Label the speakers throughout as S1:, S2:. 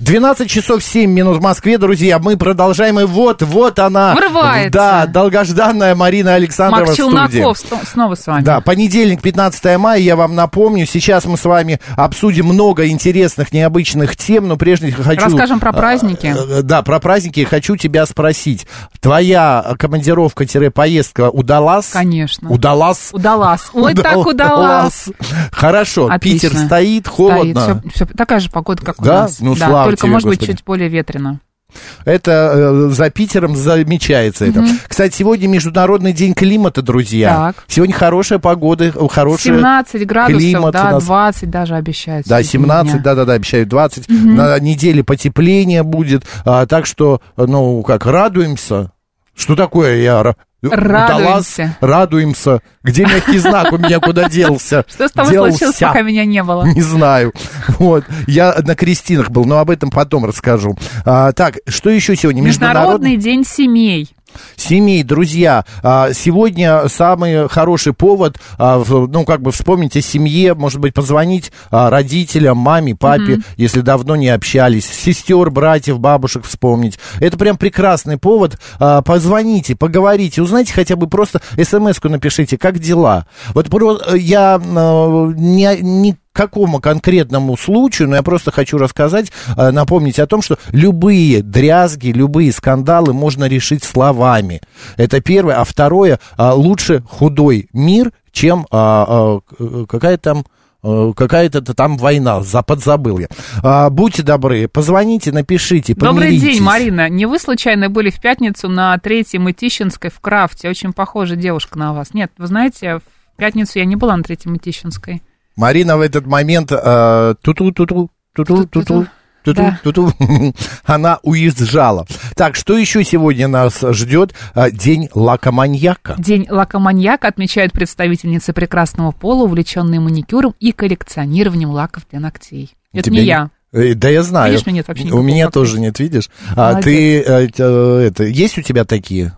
S1: 12 часов 7 минут в Москве, друзья. Мы продолжаем. И вот, вот она.
S2: Врывается.
S1: Да, долгожданная Марина Александрова
S2: Марк
S1: в студии.
S2: Челноков ст- снова с вами.
S1: Да, понедельник, 15 мая, я вам напомню. Сейчас мы с вами обсудим много интересных, необычных тем, но прежде хочу...
S2: Расскажем про
S1: А,
S2: праздники.
S1: э, Да, про праздники хочу тебя спросить. Твоя командировка-поездка удалась?
S2: Конечно.
S1: Удалась?
S2: Удалась. Ой,
S1: Удал-
S2: так удалась.
S1: Хорошо,
S2: Отлично.
S1: Питер стоит, холодно.
S2: Всё- всё- такая же погода, как у
S1: Да?
S2: нас.
S1: Ну, слава
S2: только,
S1: тебе,
S2: может быть,
S1: Господи.
S2: чуть более ветрено.
S1: Это э, за Питером замечается это. Кстати, сегодня Международный день климата, друзья.
S2: Так.
S1: Сегодня хорошая погода, э, хорошая...
S2: 17 градусов,
S1: климат у
S2: да,
S1: нас.
S2: 20 даже обещают.
S1: Да,
S2: в середине
S1: 17,
S2: дня.
S1: да-да-да, обещают 20. На неделе потепление будет. А, так что, ну, как, радуемся. Что такое я... ра- э, удалась?
S2: Радуемся.
S1: радуемся. Где мягкий знак у меня куда делся?
S2: Что с тобой
S1: Делся.
S2: случилось, пока меня не было?
S1: Не знаю. Вот. Я на крестинах был, но об этом потом расскажу. А, так, что еще сегодня?
S2: Международный день семей.
S1: семей, друзья, а, сегодня самый хороший повод, а, в- ну, как бы вспомнить о семье, может быть, позвонить а, родителям, маме, папе, если давно не общались, сестер, братьев, бабушек вспомнить. Это прям прекрасный повод. А, Позвоните, поговорите, узнайте хотя бы просто смс-ку напишите, как дела. Вот про- я э, не, не к какому конкретному случаю, но я просто хочу рассказать, э, напомнить о том, что любые дрязги, любые скандалы можно решить словами. Это первое. А второе, а, лучше худой мир, чем а, а, к- какая там э, какая-то там война, За- подзабыл я. А, будьте добры, позвоните, напишите,
S2: Добрый
S1: помиритесь.
S2: день, Марина. Не вы случайно были в пятницу на третьем Итищинской в Крафте? Очень похожа девушка на вас. Нет, вы знаете, в пятницу я не была на третьем Итищинской.
S1: Марина в этот момент э, ту-ту-ту-ту, ту-ту-ту-ту. ту-ту,
S2: Да.
S1: ту-ту. Она уезжала. Так, что еще сегодня нас ждет? А, День лакоманьяка.
S2: День лакоманьяка отмечают представительницы прекрасного пола, увлеченные маникюром и коллекционированием лаков для ногтей.
S1: У
S2: Это
S1: тебя
S2: не
S1: не-
S2: я.
S1: Э, Да я знаю.
S2: Видишь, у меня нет вообще
S1: У
S2: никакого
S1: меня
S2: лакомства.
S1: тоже нет, видишь? А
S2: Молодец.
S1: ты, э, э, это, есть у тебя такие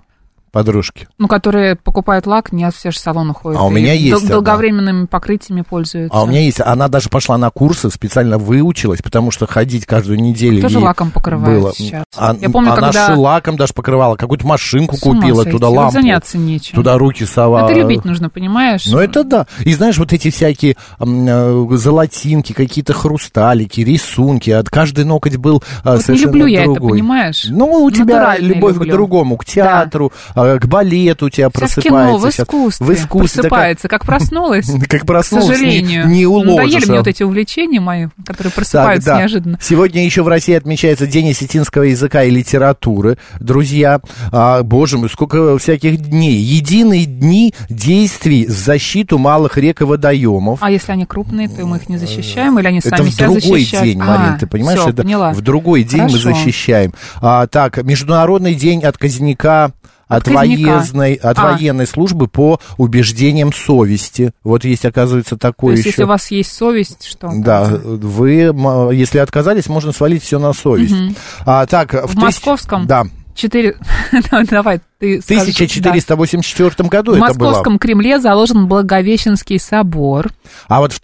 S1: подружки?
S2: Ну, которые покупают лак, не от всех же салон уходят.
S1: А у
S2: и
S1: меня
S2: дол-
S1: есть одна.
S2: Долговременными покрытиями пользуются.
S1: А у меня есть, она даже пошла на курсы, специально выучилась, потому что ходить каждую неделю
S2: Тоже
S1: ей
S2: лаком покрывают
S1: было.
S2: сейчас.
S1: А-
S2: Я помню,
S1: она
S2: когда-
S1: ши- лаком даже покрывала, какую-то машинку
S2: С ума
S1: купила,
S2: сойти.
S1: туда
S2: Вот
S1: лампу,
S2: заняться нечем.
S1: туда руки совала.
S2: Это любить нужно, понимаешь?
S1: Ну, это да. И знаешь, вот эти всякие м, э, золотинки, какие-то хрусталики, рисунки. От каждый ноготь был а,
S2: Вот не
S1: совершенно
S2: люблю я это,
S1: другой.
S2: понимаешь?
S1: Ну, у тебя
S2: Натуральное
S1: любовь к
S2: люблю.
S1: другому, к театру, а, к балету у тебя
S2: Сейчас в
S1: просыпается.
S2: кино, в
S1: сейчас
S2: искусстве.
S1: В искусстве. такая-
S2: Просыпается. Как проснулась,
S1: Как
S2: к
S1: проснулась, Ну, не-
S2: сожалению. Ну,
S1: не уложишь,
S2: Надоели мне
S1: а.
S2: вот эти увлечения мои, которые
S1: Так,
S2: просыпаются
S1: да.
S2: неожиданно.
S1: Сегодня еще в России отмечается День осетинского языка и литературы. Друзья, а, боже мой, сколько всяких дней. Единые дни действий в защиту малых рек и водоемов.
S2: А если они крупные, то мы их не защищаем, или они
S1: Э, Это
S2: сами
S1: в
S2: себя
S1: другой
S2: защищают?
S1: день, Марин,
S2: А,
S1: ты понимаешь?
S2: всё,
S1: это
S2: поняла.
S1: В другой день мы
S2: Хорошо.
S1: защищаем. А, так, Международный день отказника от,
S2: Отказника.
S1: военной, от
S2: А.
S1: военной службы по убеждениям совести. Вот есть, оказывается,
S2: То
S1: такое
S2: есть,
S1: еще.
S2: если у вас есть совесть, что?
S1: Да, вы, м, если отказались, можно свалить все на совесть. А, так, в, тысяч-
S2: московском?
S1: Да,
S2: Четыре... Давай, Давай, ты
S1: в
S2: скажешь,
S1: 1484 году
S2: да. В
S1: это было.
S2: Московском Кремле заложен Благовещенский собор.
S1: А вот в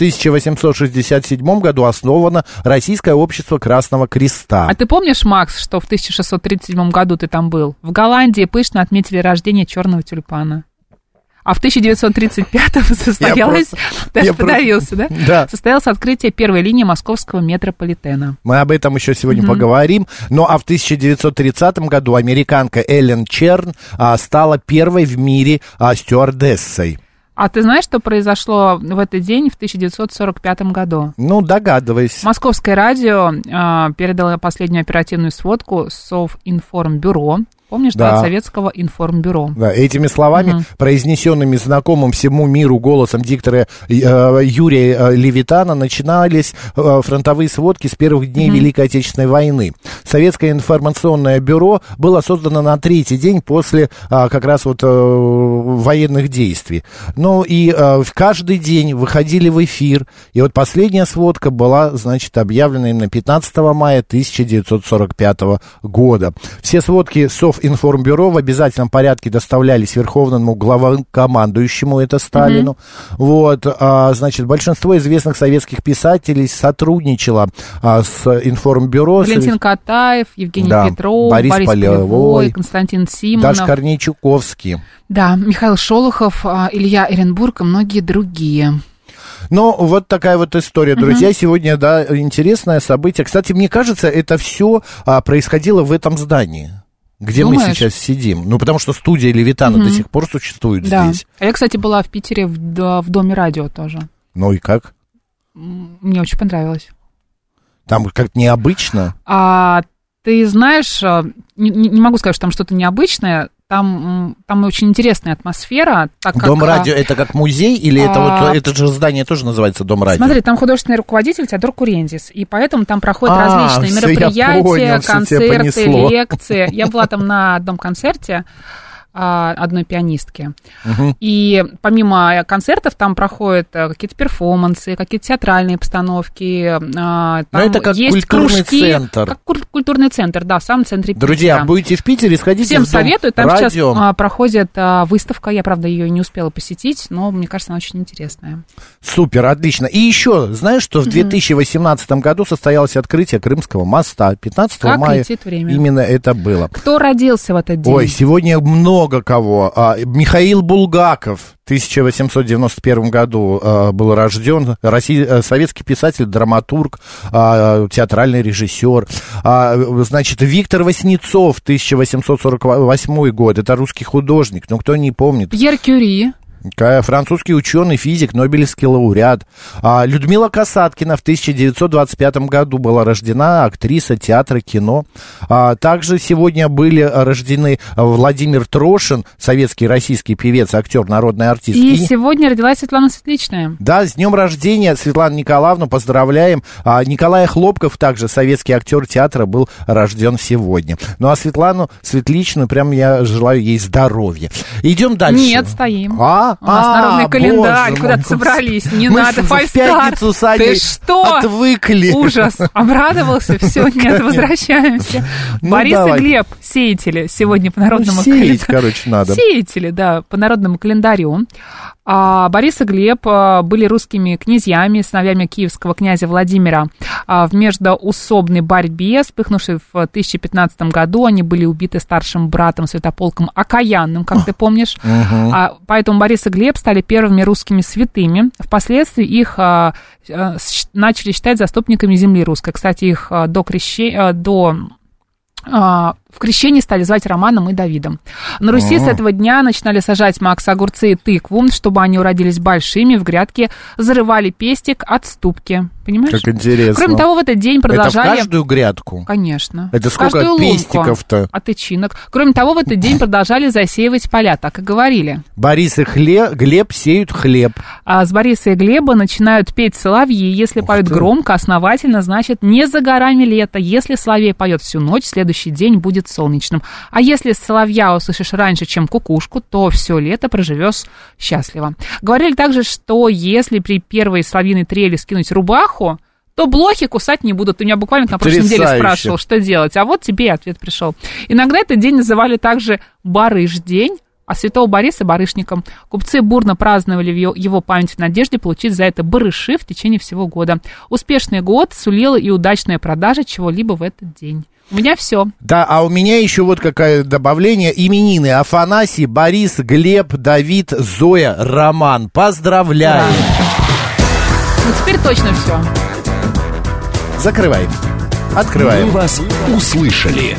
S1: 1867 году основано Российское общество Красного Креста.
S2: А ты помнишь, Макс, что в 1637 году ты там был? В Голландии пышно отметили рождение черного тюльпана. А в 1935 состоялось...
S1: просто-
S2: Ты аж
S1: я просто-
S2: подавился, да?
S1: Да.
S2: Состоялось открытие первой линии московского метрополитена.
S1: Мы об этом еще сегодня поговорим. Ну а в 1930 году американка Эллен Черн а, стала первой в мире а, стюардессой.
S2: А ты знаешь, что произошло в этот день в 1945 году?
S1: Ну, догадываюсь.
S2: Московское радио а, передало последнюю оперативную сводку Совинформбюро. Помнишь, да.
S1: Да.
S2: от Советского информбюро?
S1: Да, этими словами, произнесенными знакомым всему миру голосом диктора э, Юрия э, Левитана, начинались э, фронтовые сводки с первых дней Великой Отечественной войны. Советское информационное бюро было создано на третий день после а, как раз вот э, военных действий. Ну и э, в каждый день выходили в эфир. И вот последняя сводка была, значит, объявлена именно 15 мая 1945 года. Все сводки Совинформбюро в обязательном порядке доставлялись Верховному главнокомандующему, это Сталину. Вот, а, значит, большинство известных советских писателей сотрудничало а, с Информбюро.
S2: Валентин Катаев, Евгений
S1: Да.
S2: Петров, Борис,
S1: Борис
S2: Полевой,
S1: Полевой,
S2: Константин Симонов.
S1: Даже Корней Чуковский.
S2: Да, Михаил Шолохов, а, Илья Эренбург и многие другие.
S1: Ну, вот такая вот история, друзья. Сегодня, да, интересное событие. Кстати, мне кажется, это все происходило в этом здании, где мы
S2: Думаешь?
S1: сейчас сидим. Ну, потому что студия Левитана до сих пор существует
S2: Да.
S1: здесь.
S2: А я, кстати, была в Питере в, до- в Доме радио тоже.
S1: Ну и как?
S2: М, Мне очень понравилось.
S1: Там как-то необычно.
S2: А ты знаешь, а, не, не- не могу сказать, что там что-то необычное, там, м, там очень интересная атмосфера. Так как,
S1: Дом
S2: а,
S1: радио это как музей или это
S2: а,
S1: вот это же здание тоже называется Дом радио?
S2: Смотри, там художественный руководитель Теодор Курендис, и поэтому там проходят
S1: А,
S2: различные
S1: всё, я
S2: мероприятия,
S1: понял, всё тебя
S2: концерты,
S1: понесло.
S2: лекции. Я была там на одном концерте а, одной пианистки. И помимо э, концертов там проходят э, какие-то перформансы, какие-то театральные постановки. а,
S1: Ну,
S2: там
S1: это как
S2: есть
S1: культурный
S2: кружки,
S1: центр.
S2: Как куль- культурный центр, да, в самом центре
S1: Друзья,
S2: Питера.
S1: будете в Питере, сходите
S2: Всем
S1: в Дом
S2: советую. Там
S1: радио.
S2: сейчас а, проходит а, выставка. Я, правда, ее не успела посетить, но мне кажется, она очень интересная.
S1: Супер, отлично. И еще, знаешь, что в 2018 году состоялось открытие Крымского моста. 15
S2: Как
S1: мая
S2: летит время.
S1: именно это было.
S2: Кто родился в этот день?
S1: Ой, сегодня много кого. А, Михаил Булгаков в 1891 году а, был рожден. Росси- э, советский писатель, драматург, а, театральный режиссер. А, значит, Виктор Васнецов, 1848 год. Это русский художник. Ну, кто не помнит.
S2: Пьер Кюри.
S1: Ка- Французский ученый, физик, Нобелевский лауреат. А, Людмила Касаткина в 1925 году была рождена, актриса театра, кино. А, Также сегодня были рождены а, Владимир Трошин, советский российский певец, актер, народный артист.
S2: И
S1: И-
S2: сегодня родилась Светлана Светличная.
S1: да, с днем рождения, Светлана Николаевна, поздравляем. А, Николай Хлопков, также советский актер театра, был рожден сегодня. Ну а Светлану Светличную, прям я желаю ей здоровья. Идем дальше.
S2: Нет, стоим.
S1: А,
S2: У нас
S1: а,
S2: народный
S1: боже
S2: календарь,
S1: мой.
S2: куда-то собрались. Не
S1: Мы
S2: надо,
S1: ж в
S2: фальстарт.
S1: пятницу с Аней
S2: Ты что?
S1: отвыкли.
S2: Ужас. Обрадовался, все, нет, возвращаемся.
S1: Ну,
S2: Борис
S1: давай.
S2: и Глеб, сеятели, сегодня по народному
S1: сеять,
S2: календарю.
S1: Ну, короче, надо.
S2: Сеятели, да, по народному календарю. А, Борис и Глеб а, были русскими князьями, сыновьями киевского князя Владимира. А, в междоусобной борьбе, вспыхнувшей в 1015 году, они были убиты старшим братом Святополком Окаянным, как ты помнишь. А, поэтому Борис и Глеб стали первыми русскими святыми. Впоследствии их а, э, сч- начали считать заступниками земли русской. Кстати, их а, до, креще- э, до а, в крещении стали звать Романом и Давидом. На Руси с этого дня начинали сажать макс, огурцы и тыкву, чтобы они уродились большими, в грядке зарывали пестик от ступки. Понимаешь?
S1: Как интересно.
S2: Кроме того, в этот день
S1: это в
S2: продолжали...
S1: каждую грядку.
S2: Конечно.
S1: Это
S2: В
S1: сколько
S2: каждую лунку
S1: пестиков-то?
S2: От тычинок. Кроме того, в этот день продолжали засеивать поля, так и говорили.
S1: Борис и Хле- Глеб сеют хлеб.
S2: А с Бориса и Глеба начинают петь соловьи. Если поют
S1: ты.
S2: громко, основательно, значит, не за горами лето. Если соловей поет всю ночь, следующий день будет солнечным. А если соловья услышишь раньше, чем кукушку, то все лето проживешь счастливо. Говорили также, что если при первой соловьиной трели скинуть рубаху, то блохи кусать не будут. Ты меня буквально на прошлой неделе
S1: Потрясающе.
S2: спрашивал, что делать. А вот тебе и ответ пришел. Иногда этот день называли также Барыш-день, а святого Бориса барышником. Купцы бурно праздновали в его- его память в надежде получить за это барыши в течение всего года. Успешный год сулила и удачная продажа чего-либо в этот день. У меня Ну, все.
S1: Да, а у меня еще вот какое добавление. Именины Афанасий, Борис, Глеб, Давид, Зоя, Роман. Поздравляю.
S2: Ну, теперь точно все.
S1: Закрывай. Открываем.
S3: Мы вас услышали.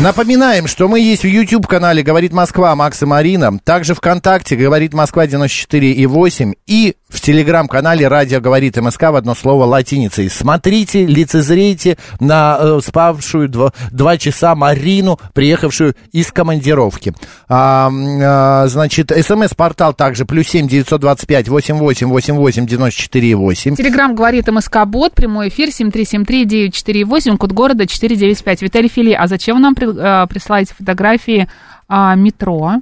S1: Напоминаем, что мы есть в YouTube-канале «Говорит Москва» Макс и Марина, также ВКонтакте «Говорит Москва» 94 и 8 и в Телеграм-канале «Радио говорит МСК» в одно слово латиницей. Смотрите, лицезрите на э, спавшую два, два часа Марину, приехавшую из командировки. А, м, а, значит, СМС-портал также плюс 7 925 88 88 94 8.
S2: Телеграм говорит МСК Бот, прямой эфир 7373948, код города 495. Виталий Фили, а зачем нам при- э, присылаете фотографии а, метро?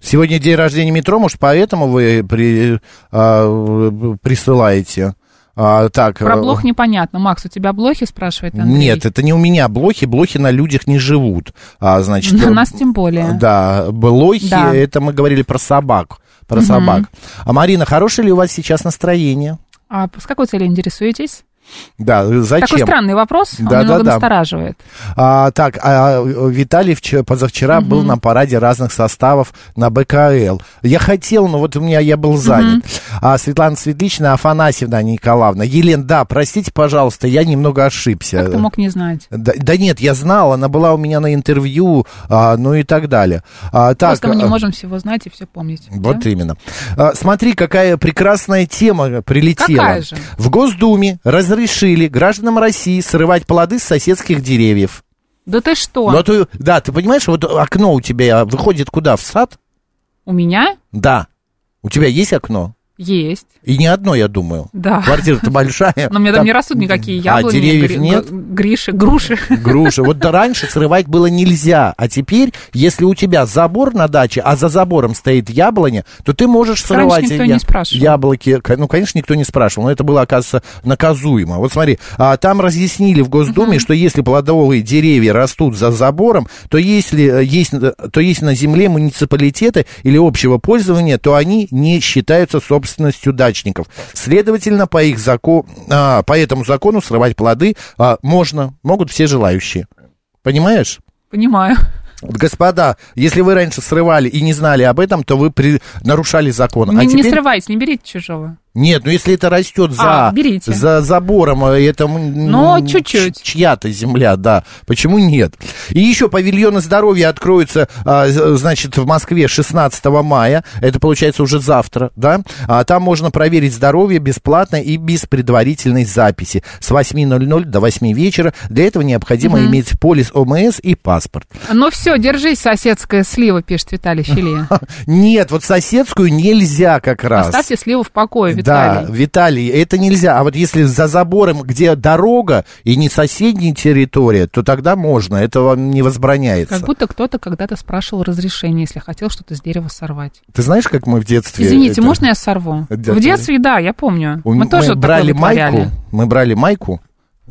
S1: Сегодня день рождения метро, может, поэтому вы при- а, присылаете. А, так,
S2: Про
S1: э,
S2: блох непонятно. Макс, у тебя блохи, спрашивает Андрей?
S1: Нет, это не у меня блохи, блохи на людях не живут. А, значит,
S2: На
S1: э,
S2: нас тем более.
S1: Да, блохи,
S2: Да.
S1: это мы говорили про собак. Про собак. А Марина, хорошее ли у вас сейчас настроение?
S2: А с какой целью интересуетесь?
S1: Да, э, зачем?
S2: Такой странный вопрос, он
S1: Да, да,
S2: немного
S1: да.
S2: настораживает.
S1: А, так, а, э, Виталий вч- позавчера был на параде разных составов на БКЛ. Я хотел, но вот у меня я был занят. А, Светлана Светлична, Афанасьевна Николаевна. Елен, да, простите, пожалуйста, я немного ошибся.
S2: Как ты мог не знать?
S1: Да, да нет, я знал, она была у меня на интервью, а, ну и так далее. А, так,
S2: Просто мы не
S1: а,
S2: можем всего знать и все помнить.
S1: Вот
S2: Да?
S1: именно. А, Смотри, какая прекрасная тема прилетела.
S2: Какая же?
S1: В Госдуме разрешили гражданам России срывать плоды с соседских деревьев.
S2: Да ты что?
S1: Но ты, да, ты понимаешь, вот окно у тебя а, выходит куда? В сад?
S2: У меня
S1: Да. У тебя есть окно?
S2: есть.
S1: И не одно, я думаю.
S2: Да.
S1: Квартира-то большая.
S2: Но у меня там не растут никакие
S1: А,
S2: яблони,
S1: деревьев
S2: гри-
S1: нет?
S2: гр- гриши, груши.
S1: Груши. Вот да раньше срывать было нельзя, а теперь, если у тебя забор на даче, а за забором стоит яблоня, то ты можешь
S2: Раньше
S1: срывать
S2: никто
S1: я-
S2: не спрашивал.
S1: яблоки. К- Ну, конечно, никто не спрашивал, но это было, оказывается, наказуемо. Вот смотри, а, там разъяснили в Госдуме, что если плодовые деревья растут за забором, то если э, есть, э, то есть на земле муниципалитеты или общего пользования, то они не считаются собственностью дачников. Следовательно, по, их зако- а, по этому закону срывать плоды а, можно, могут все желающие. Понимаешь?
S2: Понимаю.
S1: Вот, Господа, если вы раньше срывали и не знали об этом, то вы при- нарушали закон. а
S2: Не- Не
S1: теперь...
S2: срывайте, не берите чужого.
S1: Нет, ну если это растет за,
S2: А, берите.
S1: за забором, э, это м,
S2: Но
S1: м,
S2: чуть-чуть.
S1: ч- чья-то земля, да. Почему нет? И еще павильоны здоровья откроются, а, з- значит, в Москве 16 мая. Это получается уже завтра, да? А там можно проверить здоровье бесплатно и без предварительной записи. С 8.00 до 8 вечера. Для этого необходимо иметь полис ОМС и паспорт.
S2: Ну все, держись, соседская слива, пишет Виталий Филия.
S1: Нет, вот соседскую нельзя как раз.
S2: Оставьте сливу в покое,
S1: Да,
S2: Виталий.
S1: Виталий, это нельзя. А вот если за забором, где дорога и не соседняя территория, то тогда можно, это вам не возбраняется.
S2: Как будто кто-то когда-то спрашивал разрешение, если хотел что-то с дерева сорвать.
S1: Ты знаешь, как мы в детстве...
S2: Извините,
S1: это-
S2: можно я сорву?
S1: Да,
S2: В детстве, да, я помню.
S1: У-
S2: Мы тоже такое
S1: брали
S2: вытворяли.
S1: майку, мы брали майку,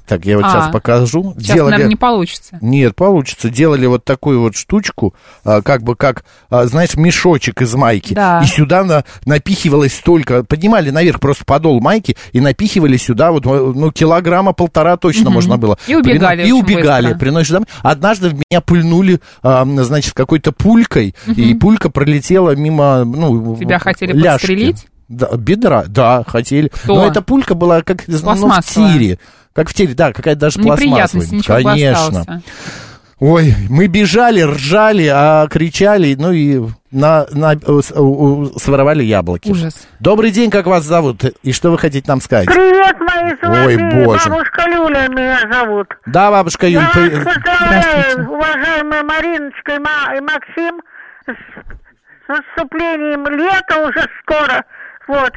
S1: так, я вот
S2: А,
S1: сейчас покажу.
S2: Сейчас, наверное, не получится.
S1: Нет, получится. Делали вот такую вот штучку, а, как бы как, а, знаешь, мешочек из майки.
S2: Да.
S1: И сюда на- напихивалось столько. Поднимали наверх просто подол майки и напихивали сюда вот, ну, килограмма полтора точно можно было.
S2: И убегали
S1: и
S2: очень
S1: убегали.
S2: быстро.
S1: Приносишь домой. Однажды в меня пульнули, а, значит, какой-то пулькой, и пулька пролетела мимо, ну,
S2: Тебя хотели
S1: ляжки.
S2: подстрелить?
S1: Да, бедра, да, хотели.
S2: Кто?
S1: Но эта пулька была как ну, в
S2: Пластмассовая.
S1: тире. Как в тире, да, какая-то даже пластмассовая.
S2: Неприятности, ничего бы а.
S1: Конечно.
S2: остался.
S1: Ой, мы бежали, ржали, а кричали, ну и на, на- э, с- э, у- своровали яблоки.
S2: Ужас.
S1: Добрый день, как вас зовут? И что вы хотите нам сказать?
S4: Привет, мои золотые.
S1: боже.
S4: Бабушка Люля меня зовут.
S1: Да, бабушка
S4: Я
S1: Юль,
S4: вас
S1: при-
S2: Здравствуйте.
S4: поздравляю, уважаемые Мариночка и, Ма- и Максим, с, с наступлением лета уже скоро. Вот.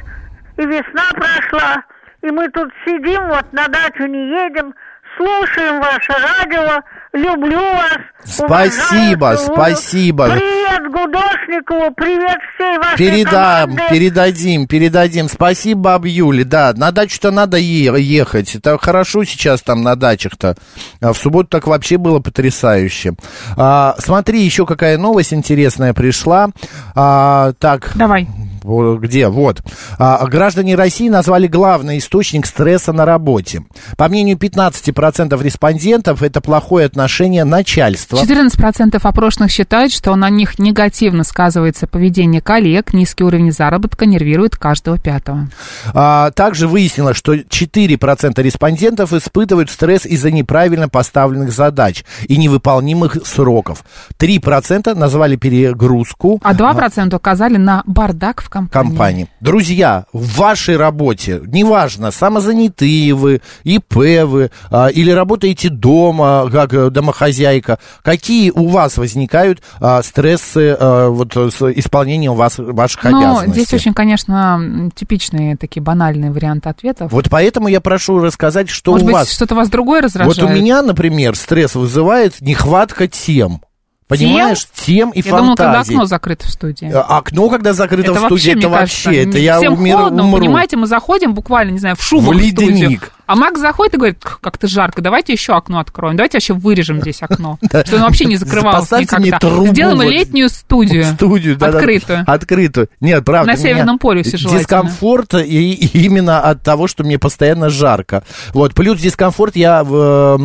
S4: И весна прошла. И мы тут сидим, вот на дачу не едем, слушаем ваше радио. Люблю вас.
S1: Спасибо,
S4: уважаю, целую.
S1: спасибо.
S4: Привет Гудошникову, привет всей вашей
S1: передам,
S4: команде.
S1: передадим, передадим. Спасибо, баб Юли. Да, на дачу-то надо е- ехать. Это хорошо сейчас там на дачах-то. А В субботу так вообще было потрясающе. А, смотри, еще какая новость интересная пришла. А, так,
S2: Давай.
S1: Во- где, вот. А, граждане России назвали главный источник стресса на работе. По мнению 15% респондентов, это плохое отношение начальства.
S2: 14% опрошенных считают, что на них негативно сказывается поведение коллег, низкий уровень заработка нервирует каждого пятого.
S1: А, также выяснилось, что 4% респондентов испытывают стресс из-за неправильно поставленных задач и невыполнимых сроков. 3% назвали перегрузку
S2: А 2% указали на бардак в компании.
S1: компании. Друзья, в вашей работе, неважно, самозанятые вы, ИП вы, а, или работаете дома, как э, домохозяйка, какие у вас возникают а, стрессы а, вот, э, с исполнением вас, ваших
S2: Ну,
S1: обязанностей?
S2: здесь очень, конечно, м, типичные такие банальные варианты ответов.
S1: Вот поэтому я прошу рассказать, что
S2: Может
S1: у
S2: быть,
S1: вас.
S2: что-то вас другое раздражает?
S1: Вот у меня, например, стресс вызывает нехватка тем. Понимаешь, тем, и
S2: Я думала, когда
S1: фантазий.
S2: окно закрыто в студии.
S1: Э, Окно, когда закрыто в студии, это
S2: мне
S1: вообще,
S2: кажется,
S1: это я
S2: всем
S1: умер-
S2: холодно,
S1: умру.
S2: понимаете, мы заходим буквально, не знаю, в шубу
S1: В
S2: в, студию.
S1: ледник.
S2: А Макс заходит и говорит, «Кх, как-то жарко, давайте еще окно откроем, давайте вообще вырежем здесь окно, что оно вообще не закрывалось
S1: Поставьте мне
S2: никогда.
S1: трубу
S2: Сделаем
S1: вот
S2: летнюю студию.
S1: Студию, да, да.
S2: Открытую.
S1: открытую. Нет, правда.
S2: На
S1: у меня
S2: Северном полюсе желательно.
S1: Дискомфорт и, и именно от того, что мне постоянно жарко. Вот, плюс дискомфорт я в,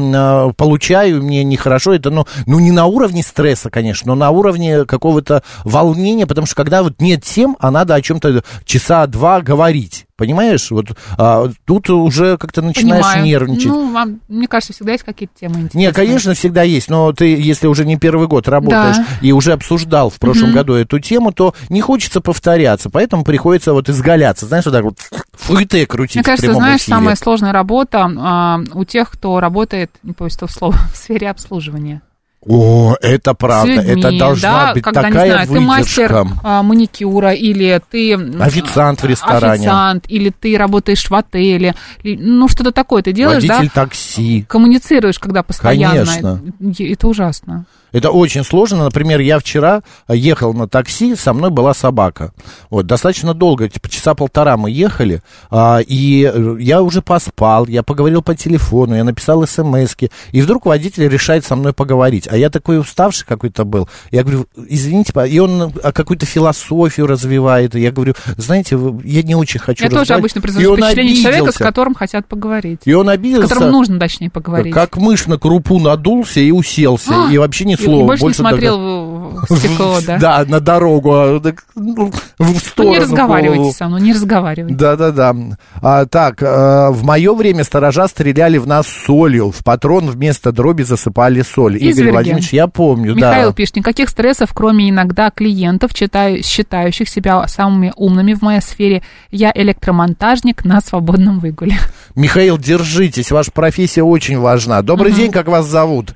S1: э, получаю, мне нехорошо. Это, ну, ну, не на уровне стресса, конечно, но на уровне какого-то волнения, потому что когда вот нет тем, а надо о чем-то часа два говорить. Понимаешь, вот а, тут уже как-то начинаешь
S2: Понимаю.
S1: нервничать.
S2: Ну, вам, мне кажется, всегда есть какие-то темы интересные.
S1: Не, конечно, всегда есть, но ты, если уже не первый год работаешь
S2: Да.
S1: и уже обсуждал в прошлом году эту тему, то не хочется повторяться, поэтому приходится вот изгаляться, знаешь, вот так вот фуйте крутить
S2: Мне
S1: в
S2: кажется,
S1: прямом
S2: знаешь,
S1: эфире.
S2: самая сложная работа а, у тех, кто работает, не помню, что слово, в сфере обслуживания.
S1: О, это
S2: с
S1: правда,
S2: людьми,
S1: это должна
S2: да,
S1: быть
S2: когда,
S1: такая
S2: не знаю, ты
S1: выдержка. А
S2: мастер а, маникюра, или ты... м,
S1: Официант в ресторане.
S2: Официант, или ты работаешь в отеле, или, ну, что-то такое ты делаешь,
S1: Водитель
S2: да?
S1: такси.
S2: Коммуницируешь, когда постоянно.
S1: Конечно.
S2: Это, это ужасно.
S1: Это очень сложно. Например, я вчера э, ехал на такси, со мной была собака. Вот, достаточно долго, типа часа полтора мы ехали, а, и э, я уже поспал, я поговорил по телефону, я написал смс и вдруг водитель решает со мной поговорить. А я такой уставший какой-то был. Я говорю, извините, па-». и он э, какую-то философию развивает. И я говорю, знаете, вы- я не очень хочу
S2: Я тоже
S1: разговаривать».
S2: обычно
S1: И
S2: произвожу
S1: он
S2: впечатление человека, с
S1: обиделся.
S2: которым хотят поговорить.
S1: И он
S2: С
S1: обиделся.
S2: которым нужно, точнее, поговорить.
S1: Как мышь на крупу надулся и уселся,
S2: А!
S1: и вообще ни
S2: И
S1: слова.
S2: больше, не
S1: да-
S2: смотрел в- в стекло, да?
S1: на дорогу, а, так, ну, в
S2: Ну,
S1: сторону.
S2: не разговаривайте
S1: голову.
S2: со мной, не разговаривайте.
S1: Да-да-да. А, так, э, в мое время сторожа стреляли в нас солью. В патрон вместо дроби засыпали соль. Игорь
S2: Изверги.
S1: Владимирович, я помню,
S2: Михаил
S1: да.
S2: пишет, никаких стрессов, кроме иногда клиентов, читаю- считающих себя самыми умными в моей сфере. Я электромонтажник на свободном выгуле.
S1: Михаил, держитесь, ваша профессия очень важна. Добрый день, как вас зовут?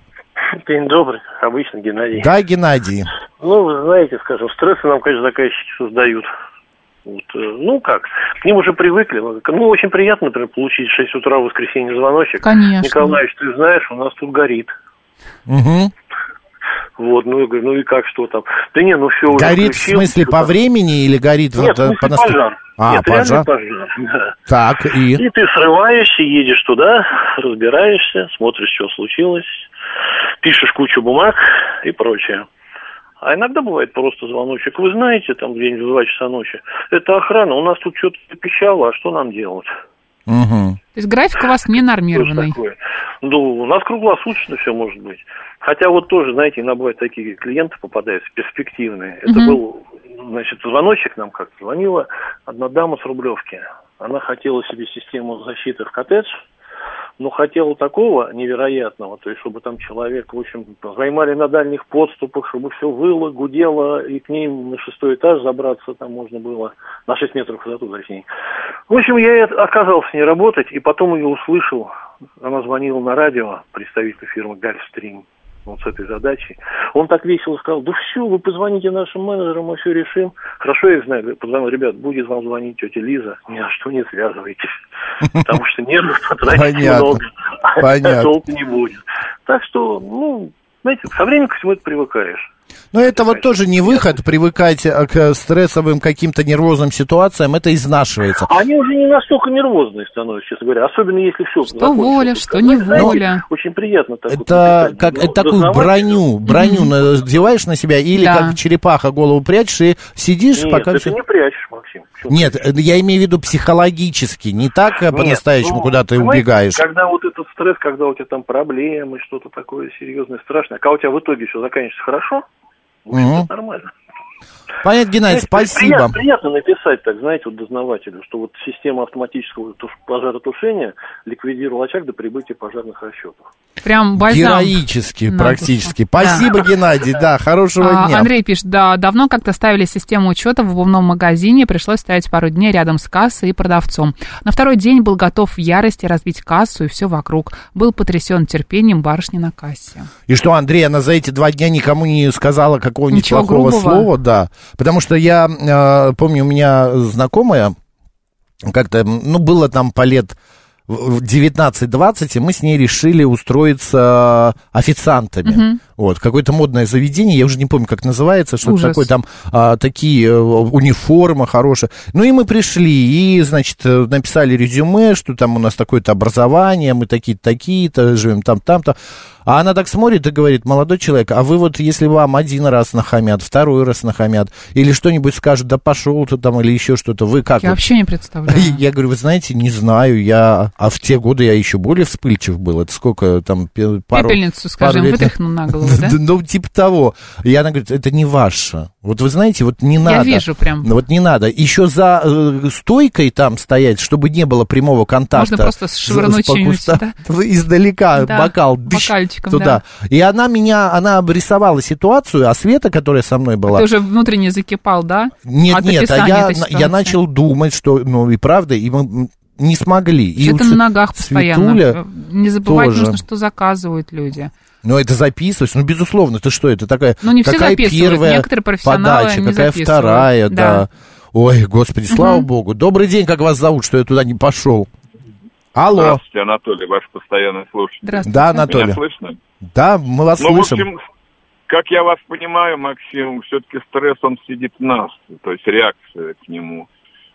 S5: День добрый, обычно Геннадий.
S1: Да, Геннадий.
S5: Ну, вы знаете, скажем, стрессы нам, конечно, заказчики создают. Вот, э, ну как, к ним уже привыкли. Ну, очень приятно, например, получить в 6 утра в воскресенье звоночек.
S2: Конечно.
S5: Николаевич, ты знаешь, у нас тут горит.
S1: Мгм.
S5: Вот, ну, я говорю, ну и как, что там? Да не, ну все, уже
S1: Горит в
S5: включил,
S1: смысле
S5: всё
S1: по
S5: там.
S1: времени или горит
S5: Нет,
S1: вот, э,
S5: в смысле
S1: наступ-
S5: пожар.
S1: А,
S5: Нет,
S1: пожар.
S5: реальный пожар. да.
S1: Так, и...
S5: И ты срываешься, едешь туда, разбираешься, смотришь, что случилось, пишешь кучу бумаг и прочее. А иногда бывает просто звоночек. Вы знаете, там где-нибудь в 2 часа ночи, это охрана, у нас тут что-то запищало, а что нам делать?
S1: Мгм.
S2: То есть график у вас не
S5: Что ж
S2: нормированный.
S5: такое? Ну, у нас круглосуточно все может быть. Хотя вот тоже, знаете, иногда бывают такие клиенты попадаются, перспективные. Это
S2: Мгм.
S5: был, значит, звоночек нам как-то звонила одна дама с Рублевки. Она хотела себе систему защиты в коттедж, но хотела такого невероятного, то есть чтобы там человек, в общем, поймали на дальних подступах, чтобы все выло, гудело, и к ней на шестой этаж забраться там можно было, на 6 метров высоту, точнее. В общем, я и от- отказался с ней работать, и потом ее услышал. Она звонила на радио, представитель фирмы «Гольфстрим», вот с этой задачей. Он так весело сказал, да все, вы позвоните нашим менеджерам, мы все решим. Хорошо, я их знаю, Я позвонил, ребят, будет вам звонить тетя Лиза, ни на что не связывайтесь, потому что нервов потратить
S1: Понятно.
S5: много,
S1: Понятно.
S5: а толку не будет. Так что, ну, знаете, со временем к всему это привыкаешь.
S1: Но это вот тоже не выход, привыкать э, к стрессовым каким-то нервозным ситуациям, это изнашивается.
S5: А Они уже не настолько нервозные становятся, честно говоря, особенно если все.
S2: Что воля, что не воля.
S5: Очень приятно. так вот
S1: Это
S5: написать.
S1: как
S5: Ну,
S1: это такую
S5: дознаватель-
S1: броню, броню надеваешь на себя, или
S2: Да.
S1: как черепаха голову прячешь и сидишь,
S5: Нет,
S1: пока
S5: это
S1: всё-
S5: не прячешь, Максим. Почему?
S1: Нет, э, я имею в виду психологически, не так э,
S5: Нет,
S1: по-настоящему,
S5: ну,
S1: куда ты
S5: понимаете,
S1: убегаешь.
S5: Когда вот этот стресс, когда у тебя там проблемы, что-то такое серьезное, страшное, когда у тебя в итоге все заканчивается хорошо, В общем,
S1: Мгм.
S5: это нормально.
S1: Понятно, Геннадий,
S5: Знаете, при-
S1: спасибо.
S5: Приятно, приятно написать, так знаете, вот дознавателю, что вот система автоматического туш- пожаротушения ликвидировала очаг до прибытия пожарных расчетов.
S2: Прям бальзам.
S1: Героически,
S2: На
S1: практически.
S2: душу. Да.
S1: Спасибо, Геннадий, да, хорошего
S2: А,
S1: дня.
S2: Андрей пишет, да, давно как-то ставили систему учета в обувном магазине, пришлось ставить пару дней рядом с кассой и продавцом. На второй день был готов в ярости разбить кассу и все вокруг. Был потрясен терпением барышни на кассе.
S1: И что, Андрей, она за эти два дня никому не сказала какого-нибудь
S2: Ничего
S1: плохого
S2: грубого.
S1: слова, да. Потому что я э, помню, у меня знакомая как-то, м, ну, было там по лет в- в 19-20, и мы с ней решили устроиться официантами. Вот, какое-то модное заведение, я уже не помню, как называется, что-то
S2: Ужас.
S1: такое там, а, такие э, униформы хорошие. Ну, и мы пришли, и, значит, э, написали резюме, что там у нас такое-то образование, мы такие-то, такие-то, живем там, там-то. А она так смотрит и говорит, молодой человек, а вы вот, если вам один раз нахамят, второй раз нахамят, или что-нибудь скажут, да пошел ты там, или еще что-то, вы как?
S2: Я
S1: вот
S2: вообще не представляю.
S1: я говорю, вы знаете, не знаю, я... А в те годы я еще более вспыльчив был. Это сколько там пе- пару...
S2: Пепельницу, скажем,
S1: лет-
S2: вытряхнул на голову, да?
S1: Ну, типа того. И она говорит, это не ваше. Вот вы знаете, вот не надо.
S2: вижу прям.
S1: Ну, Вот не надо. Еще за э, стойкой там стоять, чтобы не было прямого контакта.
S2: Можно просто
S1: с-
S2: швырнуть
S1: с покуста-
S2: чем-нибудь,
S1: Издалека
S2: Да,
S1: бокал. дыщ,
S2: бокальчиком,
S1: туда. И она меня, она обрисовала ситуацию, а Света, которая со мной была...
S2: Ты уже внутренне закипал, да?
S1: Нет,
S2: От
S1: нет, а
S2: описания
S1: я,
S2: этой
S1: на-
S2: ситуации.
S1: я начал думать, что, ну, и правда, и мы м, не смогли. И
S2: Что-то
S1: у
S2: на
S1: Ц-
S2: ногах постоянно.
S1: Светуля-
S2: не забывать
S1: тоже.
S2: нужно, что заказывают люди.
S1: Ну, это записывать, ну, безусловно, ты что, это такая,
S2: Ну, не все
S1: какая
S2: записывают,
S1: первая
S2: некоторые профессионалы
S1: подача,
S2: не
S1: какая
S2: записывают,
S1: вторая, да.
S2: да.
S1: Ой, господи, слава богу. Добрый день, как вас зовут, что я туда не пошел? Алло,
S6: Здравствуйте, Анатолий, ваш постоянный слушатель.
S2: Здравствуйте.
S1: да,
S6: Меня
S1: Анатолий,
S6: слышно?
S1: да, мы вас
S6: Ну, в
S1: слышим.
S6: общем, как я вас понимаю, Максим, все-таки стресс, он сидит в нас, то есть реакция к нему.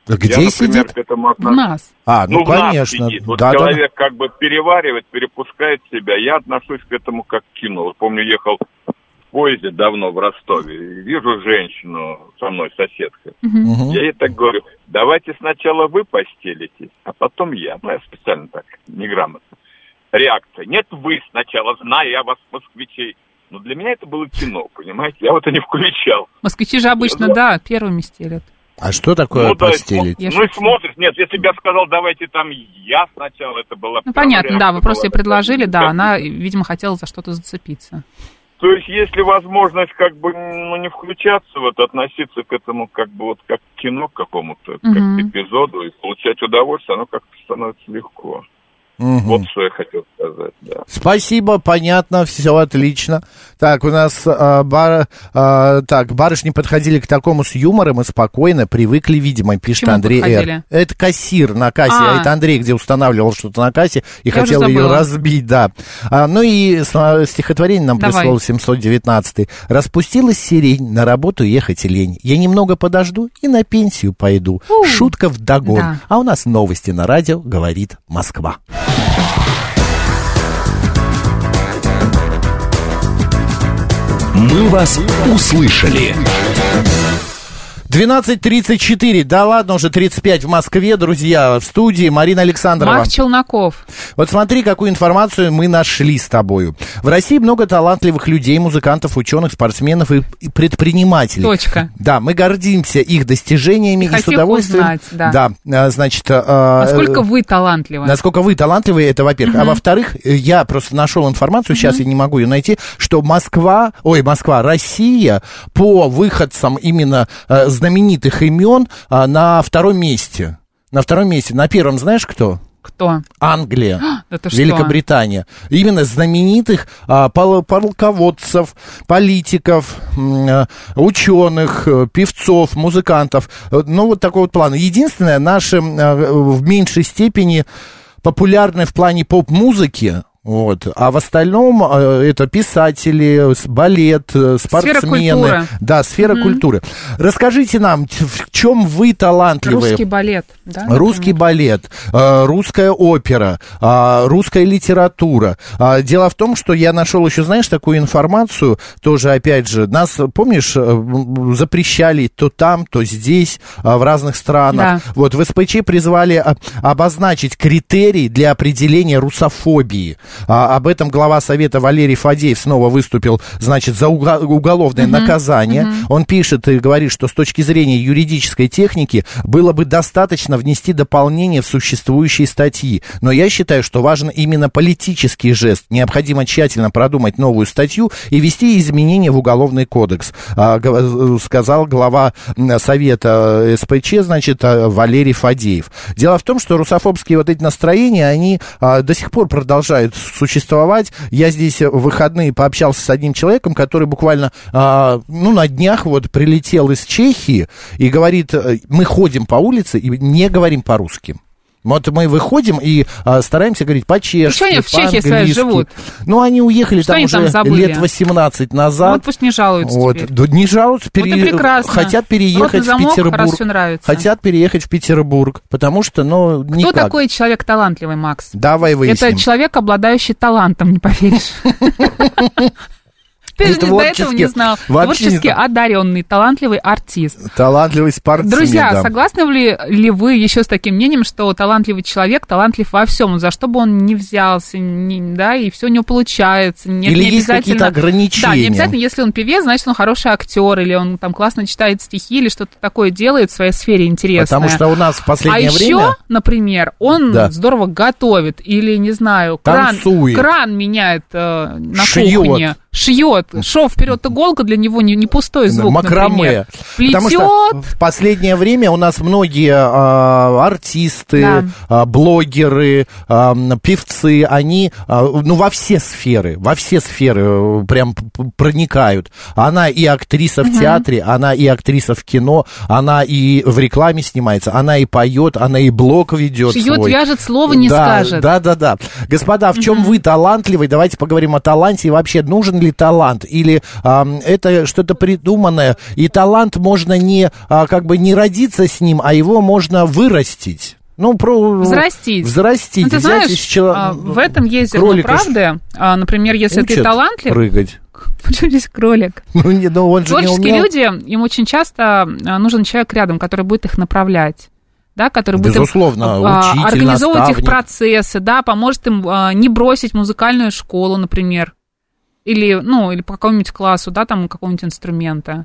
S1: Где
S6: я, например,
S1: сидит?
S6: к этому
S2: В
S6: отношусь.
S2: нас.
S1: А, ну,
S6: в нас
S1: конечно,
S6: сидит. Вот
S1: да, да, да.
S6: человек как бы переваривает, перепускает себя. Я отношусь к этому как к кино. Вот Помню, ехал в поезде давно в Ростове. и Вижу женщину со мной, соседка.
S1: Мгм.
S6: Я ей так говорю, давайте сначала вы постелитесь, а потом я. Ну, я специально так, неграмотно. Реакция. Нет, вы сначала, знаю я вас, москвичей. Но для меня это было кино, понимаете? Я вот и не включал.
S2: Москвичи же обычно,
S6: Ну,
S2: да, первыми стелят.
S1: А что такое
S6: ну, да,
S1: постелить?
S2: Я
S6: ну и
S2: шучу.
S6: смотришь, нет, если бы я сказал, давайте там я сначала, это было...
S2: Ну,
S6: прям
S2: понятно, да,
S6: реакция
S2: вы просто
S6: была
S2: ей предложили,
S6: такая.
S2: да, она, видимо, хотела за что-то зацепиться.
S6: То есть, если возможность как бы, ну, не включаться, вот, относиться к этому как бы вот как к кино к какому-то, как к
S2: Мгм.
S6: эпизоду и получать удовольствие, оно как-то становится легко.
S1: Мгм.
S6: Вот что я хотел сказать, да.
S1: Спасибо, понятно, все отлично. Так, у нас а, бар- а, так, барышни подходили к такому с юмором и спокойно, привыкли, видимо, пишет
S2: Чему
S1: Андрей Р.
S2: подходили?
S1: Это кассир на кассе, а,
S2: А.
S1: это Андрей, где устанавливал что-то на кассе и
S2: Я
S1: хотел
S2: уже
S1: ее
S2: забыла.
S1: разбить, да. А, ну и с- а, стихотворение нам
S2: Давай.
S1: прислал 719 Распустилась сирень, на работу ехать лень. Я немного подожду и на пенсию пойду. Шутка вдогон.
S2: Да.
S1: А у нас новости на радио, говорит Москва.
S3: «Мы вас услышали».
S1: 12.34, да ладно, уже 35 в Москве, друзья, в студии Марина Александрова.
S2: Марк Челноков.
S1: Вот смотри, какую информацию мы нашли с тобою. В России много талантливых людей, музыкантов, ученых, спортсменов и, и предпринимателей.
S2: Точка.
S1: Да, мы гордимся их достижениями и, с
S2: хотим
S1: удовольствием.
S2: узнать, да.
S1: а, значит... а,
S2: Насколько вы талантливы?
S1: Насколько вы талантливые, это во-первых. А во-вторых, э, я просто нашел информацию, сейчас я не могу ее найти, что Москва, ой, Москва, Россия по выходцам именно э, знаменитых имен а, на втором месте. На втором месте. На первом знаешь кто?
S2: Кто?
S1: Англия,
S2: Да ты что?
S1: Великобритания. Именно знаменитых а, пол- полководцев, политиков, м, э, ученых, э, певцов, музыкантов. Э, Ну, вот такого вот плана. Единственное, наши м, э, в меньшей степени популярны в плане поп-музыки. Вот. А в остальном э, это писатели, с- балет, э, спортсмены.
S2: культуры.
S1: Да, сфера культуры. Расскажите нам, т- в чем вы талантливые?
S2: Русский балет, да?
S1: Русский балет, э, русская опера, а, русская литература. А, Дело в том, что я нашел еще, знаешь, такую информацию, тоже, опять же, нас, помнишь, э, м, запрещали то там, то здесь, а, в разных странах.
S2: Да.
S1: Вот в СПЧ призвали а, обозначить критерии для определения русофобии. А, об этом глава Совета Валерий Фадеев снова выступил, значит, за уго- уголовное наказание. Он пишет и говорит, что с точки зрения юридической техники было бы достаточно внести дополнение в существующие статьи. Но я считаю, что важен именно политический жест. Необходимо тщательно продумать новую статью и ввести изменения в уголовный кодекс, а, гов- сказал глава м, Совета э, СПЧ, значит, а, Валерий Фадеев. Дело в том, что русофобские вот эти настроения, они а, до сих пор продолжают существовать. Я здесь э, в выходные пообщался с одним человеком, который буквально, а, ну, на днях вот прилетел из Чехии и говорит, э, мы ходим по улице и не говорим по-русски. Вот мы выходим и а, стараемся говорить по-чешски,
S2: Ну, что они в Чехии своей
S1: по-английски.
S2: живут?
S1: Ну, они уехали
S2: Что
S1: там
S2: они там
S1: уже
S2: забыли?
S1: лет 18 назад.
S2: Ну, Вот пусть не жалуются
S1: Вот.
S2: теперь.
S1: Да не жалуются,
S2: Вот и
S1: пере-
S2: прекрасно.
S1: хотят
S2: Рот на
S1: переехать
S2: замок,
S1: в Петербург.
S2: раз всё нравится.
S1: Хотят переехать в Петербург, потому что, ну,
S2: Кто
S1: никак.
S2: такой человек талантливый, Макс?
S1: Давай выясним.
S2: Это человек, обладающий талантом, не поверишь. Ты же
S1: Это
S2: не- до этого
S1: творчески-
S2: не знал.
S1: вообще не
S2: Творчески
S1: знал.
S2: одаренный, талантливый артист.
S1: Талантливый спортсмен.
S2: Друзья,
S1: да.
S2: согласны ли, ли вы еще с таким мнением, что талантливый человек талантлив во всем, за что бы он ни взялся, ни- да, и все у него получается. Нет,
S1: Или
S2: не
S1: есть
S2: обязательно-
S1: какие-то ограничения?
S2: Да, не обязательно, если он певец, значит, он хороший актер, или он там классно читает стихи, или что-то такое делает в своей сфере интересное.
S1: Потому что у нас в последнее
S2: а еще,
S1: время...
S2: например, он
S1: Да.
S2: здорово готовит, или, не знаю, кран,
S1: Танцует.
S2: кран меняет э, на
S1: Шьет.
S2: кухне. Шьет. Шов вперед иголка для него не, не пустой звук,
S1: макраме.
S2: например. Плетет.
S1: Потому что в последнее время у нас многие а, артисты,
S2: Да.
S1: а, блогеры, а, м, певцы, они а, ну, во все сферы, во все сферы э, прям п- п- проникают. Она и актриса в театре, она и актриса в кино, она и в рекламе снимается, она и поет, она и блог ведет
S2: Шьет,
S1: свой.
S2: вяжет, слова не
S1: да,
S2: скажет.
S1: Да, да, да. Господа, в чем вы талантливый? Давайте поговорим о таланте и вообще нужен ли талант или ам, это что-то придуманное. И талант можно не а, как бы не родиться с ним, а его можно вырастить. Ну, про...
S2: Взрастить.
S1: Взрастить.
S2: Ну, ты
S1: Взять
S2: знаешь,
S1: из чела-
S2: а, в этом есть зерно
S1: кролика
S2: правды. А, например, если ты
S1: учат
S2: талантлив...
S1: Прыгать.
S2: Почему здесь кролик?
S1: Ну, не, ну он же не
S2: Творческие
S1: умел.
S2: люди, им очень часто а, нужен человек рядом, который будет их направлять. Да, который будет им,
S1: Безусловно,
S2: а,
S1: учитель,
S2: организовывать их
S1: наставник.
S2: процессы, да, поможет им а, не бросить музыкальную школу, например, или, ну, или по какому-нибудь классу, да, там какого-нибудь инструмента,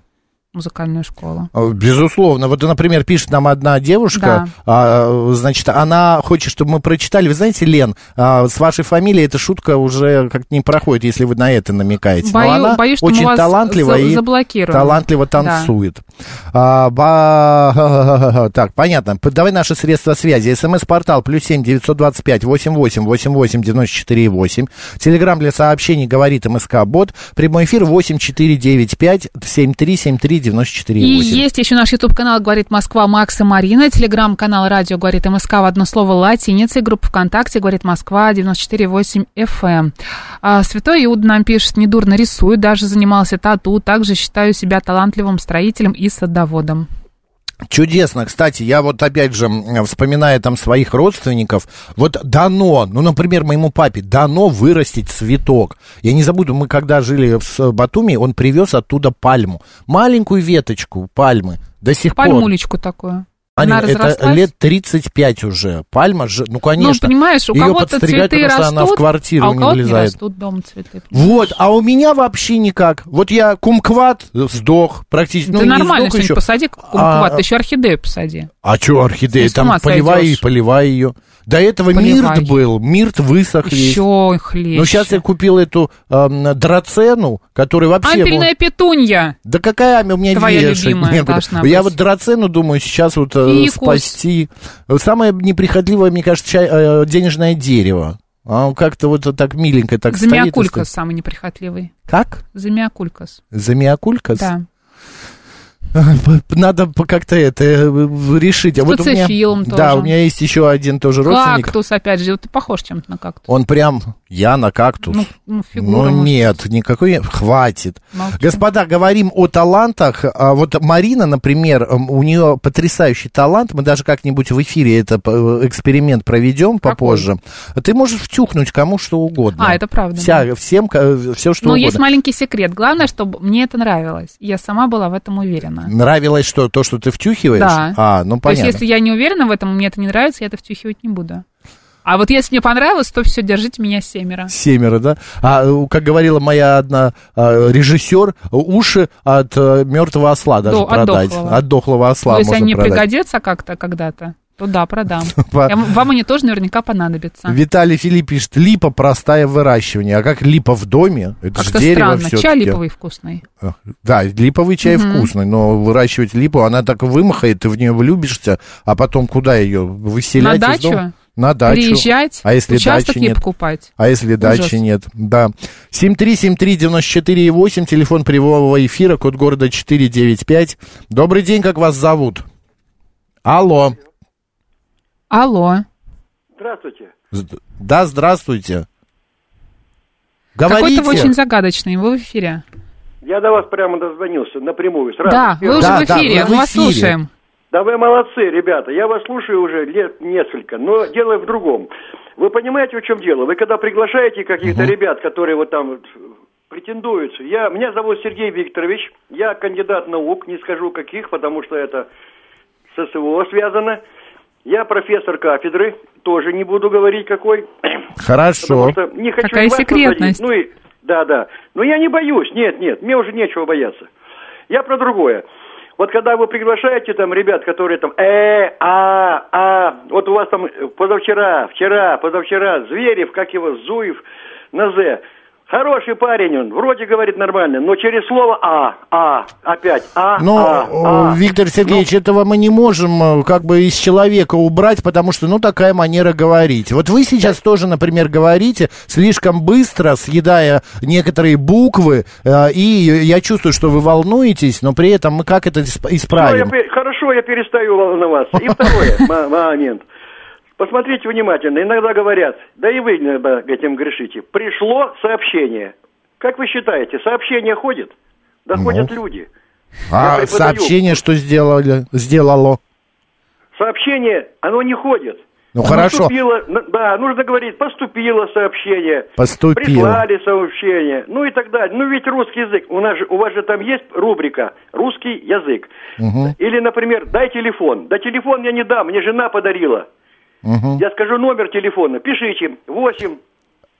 S2: музыкальную школу.
S1: Э, Безусловно. Вот, например, пишет нам одна девушка,
S2: Да.
S1: а, значит, она хочет, чтобы мы прочитали. Вы знаете, Лен, а, с вашей фамилией эта шутка уже как-то не проходит, если вы на это намекаете.
S2: Бою-
S1: Но она
S2: боюсь, что мы
S1: очень
S2: вас
S1: талантлива
S2: за-
S1: и
S2: заблокируем.
S1: талантливо
S2: Да.
S1: танцует. А, ба- Так, понятно. П- Давай наши средства связи. СМС-портал плюс семь девятьсот двадцать пять восемь восемь восемь восемь девяносто четыре восемь. Телеграмм для сообщений говорит МСК Бот. Прямой эфир восемь четыре девять пять семь три семь три девяносто четыре
S2: И
S1: восемь.
S2: есть еще наш YouTube-канал «Говорит Москва» Макс и Марина, телеграм-канал «Радио Говорит МСК» в одно слово латиница и группа ВКонтакте «Говорит Москва» 94.8 FM. А, Святой Иуд нам пишет, недурно рисую, даже занимался тату, также считаю себя талантливым строителем и садоводом.
S1: Чудесно, кстати, я вот опять же, м, вспоминая там своих родственников, вот дано, ну, например, моему папе дано вырастить цветок. Я не забуду, мы когда жили в с- Батуми, он привез оттуда пальму, маленькую веточку пальмы. До сих пор.
S2: Пальмулечку такую.
S1: Марин,
S2: Она
S1: это
S2: разрослась?
S1: лет 35 уже. Пальма же, ну, конечно.
S2: понимаешь, у
S1: её
S2: кого-то
S1: подстригать,
S2: цветы
S1: потому
S2: растут,
S1: что она в квартиру
S2: а у
S1: не
S2: кого-то не
S1: влезает.
S2: растут дома цветы.
S1: Вот, а у меня вообще никак. Вот я кумкват э, сдох практически.
S2: Ты
S1: ну, не
S2: нормально
S1: сдох
S2: что-нибудь
S1: еще.
S2: посади,
S1: А-
S2: кумкват, ты еще орхидею посади.
S1: А что орхидея?
S2: С ума
S1: Там поливай
S2: сойдешь.
S1: и поливай ее. До этого
S2: Поливай.
S1: мирт был, мирт высох есть.
S2: Еще хлеб.
S1: Но сейчас Ну, я купил эту эм, драцену, которая вообще...
S2: Ампельная петунья.
S1: Да какая ами у меня
S2: Твоя
S1: вешать
S2: любимая
S1: некуда.
S2: должна
S1: Я
S2: быть.
S1: вот драцену думаю сейчас вот э,
S2: Фикус.
S1: спасти. Самое неприхотливое, мне кажется, чай- э, денежное дерево. А он как-то вот так миленько так стоит. и
S2: Замиокулькас
S1: стоит.
S2: самый неприхотливый.
S1: Как?
S2: Замиокулькас.
S1: Замиокулькас?
S2: Да.
S1: Надо по- как-то это э, решить. А у меня,
S2: пацифилом
S1: Да,
S2: тоже.
S1: у меня есть еще один тоже родственник.
S2: Кактус, опять же, вот ты похож чем-то на кактус.
S1: Он прям, я на кактус.
S2: Ну, ну, фигура,
S1: Ну,
S2: может,
S1: нет, никакой, хватит.
S2: Молчу.
S1: Господа, говорим о талантах. А Вот Марина, например, м, у нее потрясающий талант. Мы даже как-нибудь в эфире этот э, эксперимент проведем попозже. Ты можешь втюхнуть кому что угодно.
S2: А, это правда,
S1: Вся- Всем, все что
S2: Но
S1: угодно.
S2: есть маленький секрет. Главное, чтобы мне это нравилось. Я сама была в этом уверена.
S1: Нравилось что, то, что ты втюхиваешь?
S2: Да.
S1: А, ну
S2: То есть,
S1: понятно.
S2: если я не уверена в этом, мне это не нравится, я это втюхивать не буду. А вот если мне понравилось, то все, держите меня семеро.
S1: Семеро, да? А, э, как говорила моя одна э, режиссер, уши от э, мертвого осла даже
S2: До- Ну, от
S1: продать.
S2: дохлого.
S1: От дохлого осла
S2: то есть
S1: можно
S2: Ну, они
S1: продать.
S2: пригодятся как-то когда-то, то да, продам.
S1: По-
S2: Я- А. Вам они тоже наверняка понадобятся.
S1: Виталий Филипп пишет, липа простая в выращивании. А как липа в доме? Это
S2: А Как-то
S1: же дерево
S2: странно.
S1: все-таки.
S2: Чай липовый вкусный.
S1: Да, липовый чай
S2: Мгм.
S1: вкусный, но выращивать липу, она так вымахает, ты в нее влюбишься, а потом куда ее? Выселять
S2: На
S1: из дома?
S2: дачу?
S1: На дачу.
S2: Приезжать,
S1: а если
S2: участок
S1: дачи
S2: ей
S1: нет?
S2: покупать.
S1: А если дачи нет? Да. 7373948, телефон прямого эфира, код города 495. Добрый день, как вас зовут? Алло.
S2: Алло.
S5: Здравствуйте.
S1: Зд- Да, здравствуйте. Говорите.
S2: Какой-то вы очень загадочный. Вы в эфире.
S5: Я до вас прямо дозвонился, напрямую. Сразу.
S2: Да, вы уже в эфире. Мы вас слушаем.
S5: Да вы молодцы, ребята. Я вас слушаю уже лет несколько, но дело в другом. Вы понимаете, в чем дело? Вы когда приглашаете каких-то ребят, которые вот там вот претендуют. Я, меня зовут Сергей Викторович, я кандидат наук, не скажу каких, потому что это с СВО связано. Я профессор кафедры, тоже не буду говорить какой.
S1: Хорошо.
S5: Потому что не хочу
S2: Какая
S5: и вас
S2: секретность.
S5: подводить, Ну и, да, да. Но я не боюсь. Нет, нет, мне уже нечего бояться. Я про другое. Вот когда вы приглашаете там ребят, которые там э, а, а, вот у вас там э, позавчера, вчера, позавчера, Зверев, как его, Зуев, на З. Хороший парень он, вроде говорит нормально, но через слово а, а, опять, а,
S1: Но,
S5: а, а. Ну.
S1: э, Виктор Сергеевич, этого мы не можем э, как бы из человека убрать, потому что, ну, такая манера говорить. Вот вы сейчас тоже, например, говорите слишком быстро, съедая некоторые буквы, э, и я чувствую, что вы волнуетесь, но при этом мы как это исп-
S5: Ну, я
S1: исправим?
S5: пе- хорошо, я перестаю волноваться. И второе, м- момент. Посмотрите внимательно, иногда говорят, да и вы иногда этим грешите. Пришло сообщение. Как вы считаете, сообщение ходит? Да
S1: Ну.
S5: ходят люди.
S1: А
S5: преподаю.
S1: сообщение, что сделали, сделало?
S5: Сообщение, оно не ходит.
S1: Ну, хорошо.
S5: Поступило, н- да, нужно говорить, поступило сообщение.
S1: Поступило.
S5: Прислали сообщение, ну и так далее. Ну ведь русский язык, у, нас же, у вас же там есть рубрика «Русский язык».
S1: Мгм,
S5: Или, например, дай телефон. Да телефон я не дам, мне жена подарила.
S1: мгм.
S5: Я скажу номер телефона, пишите 8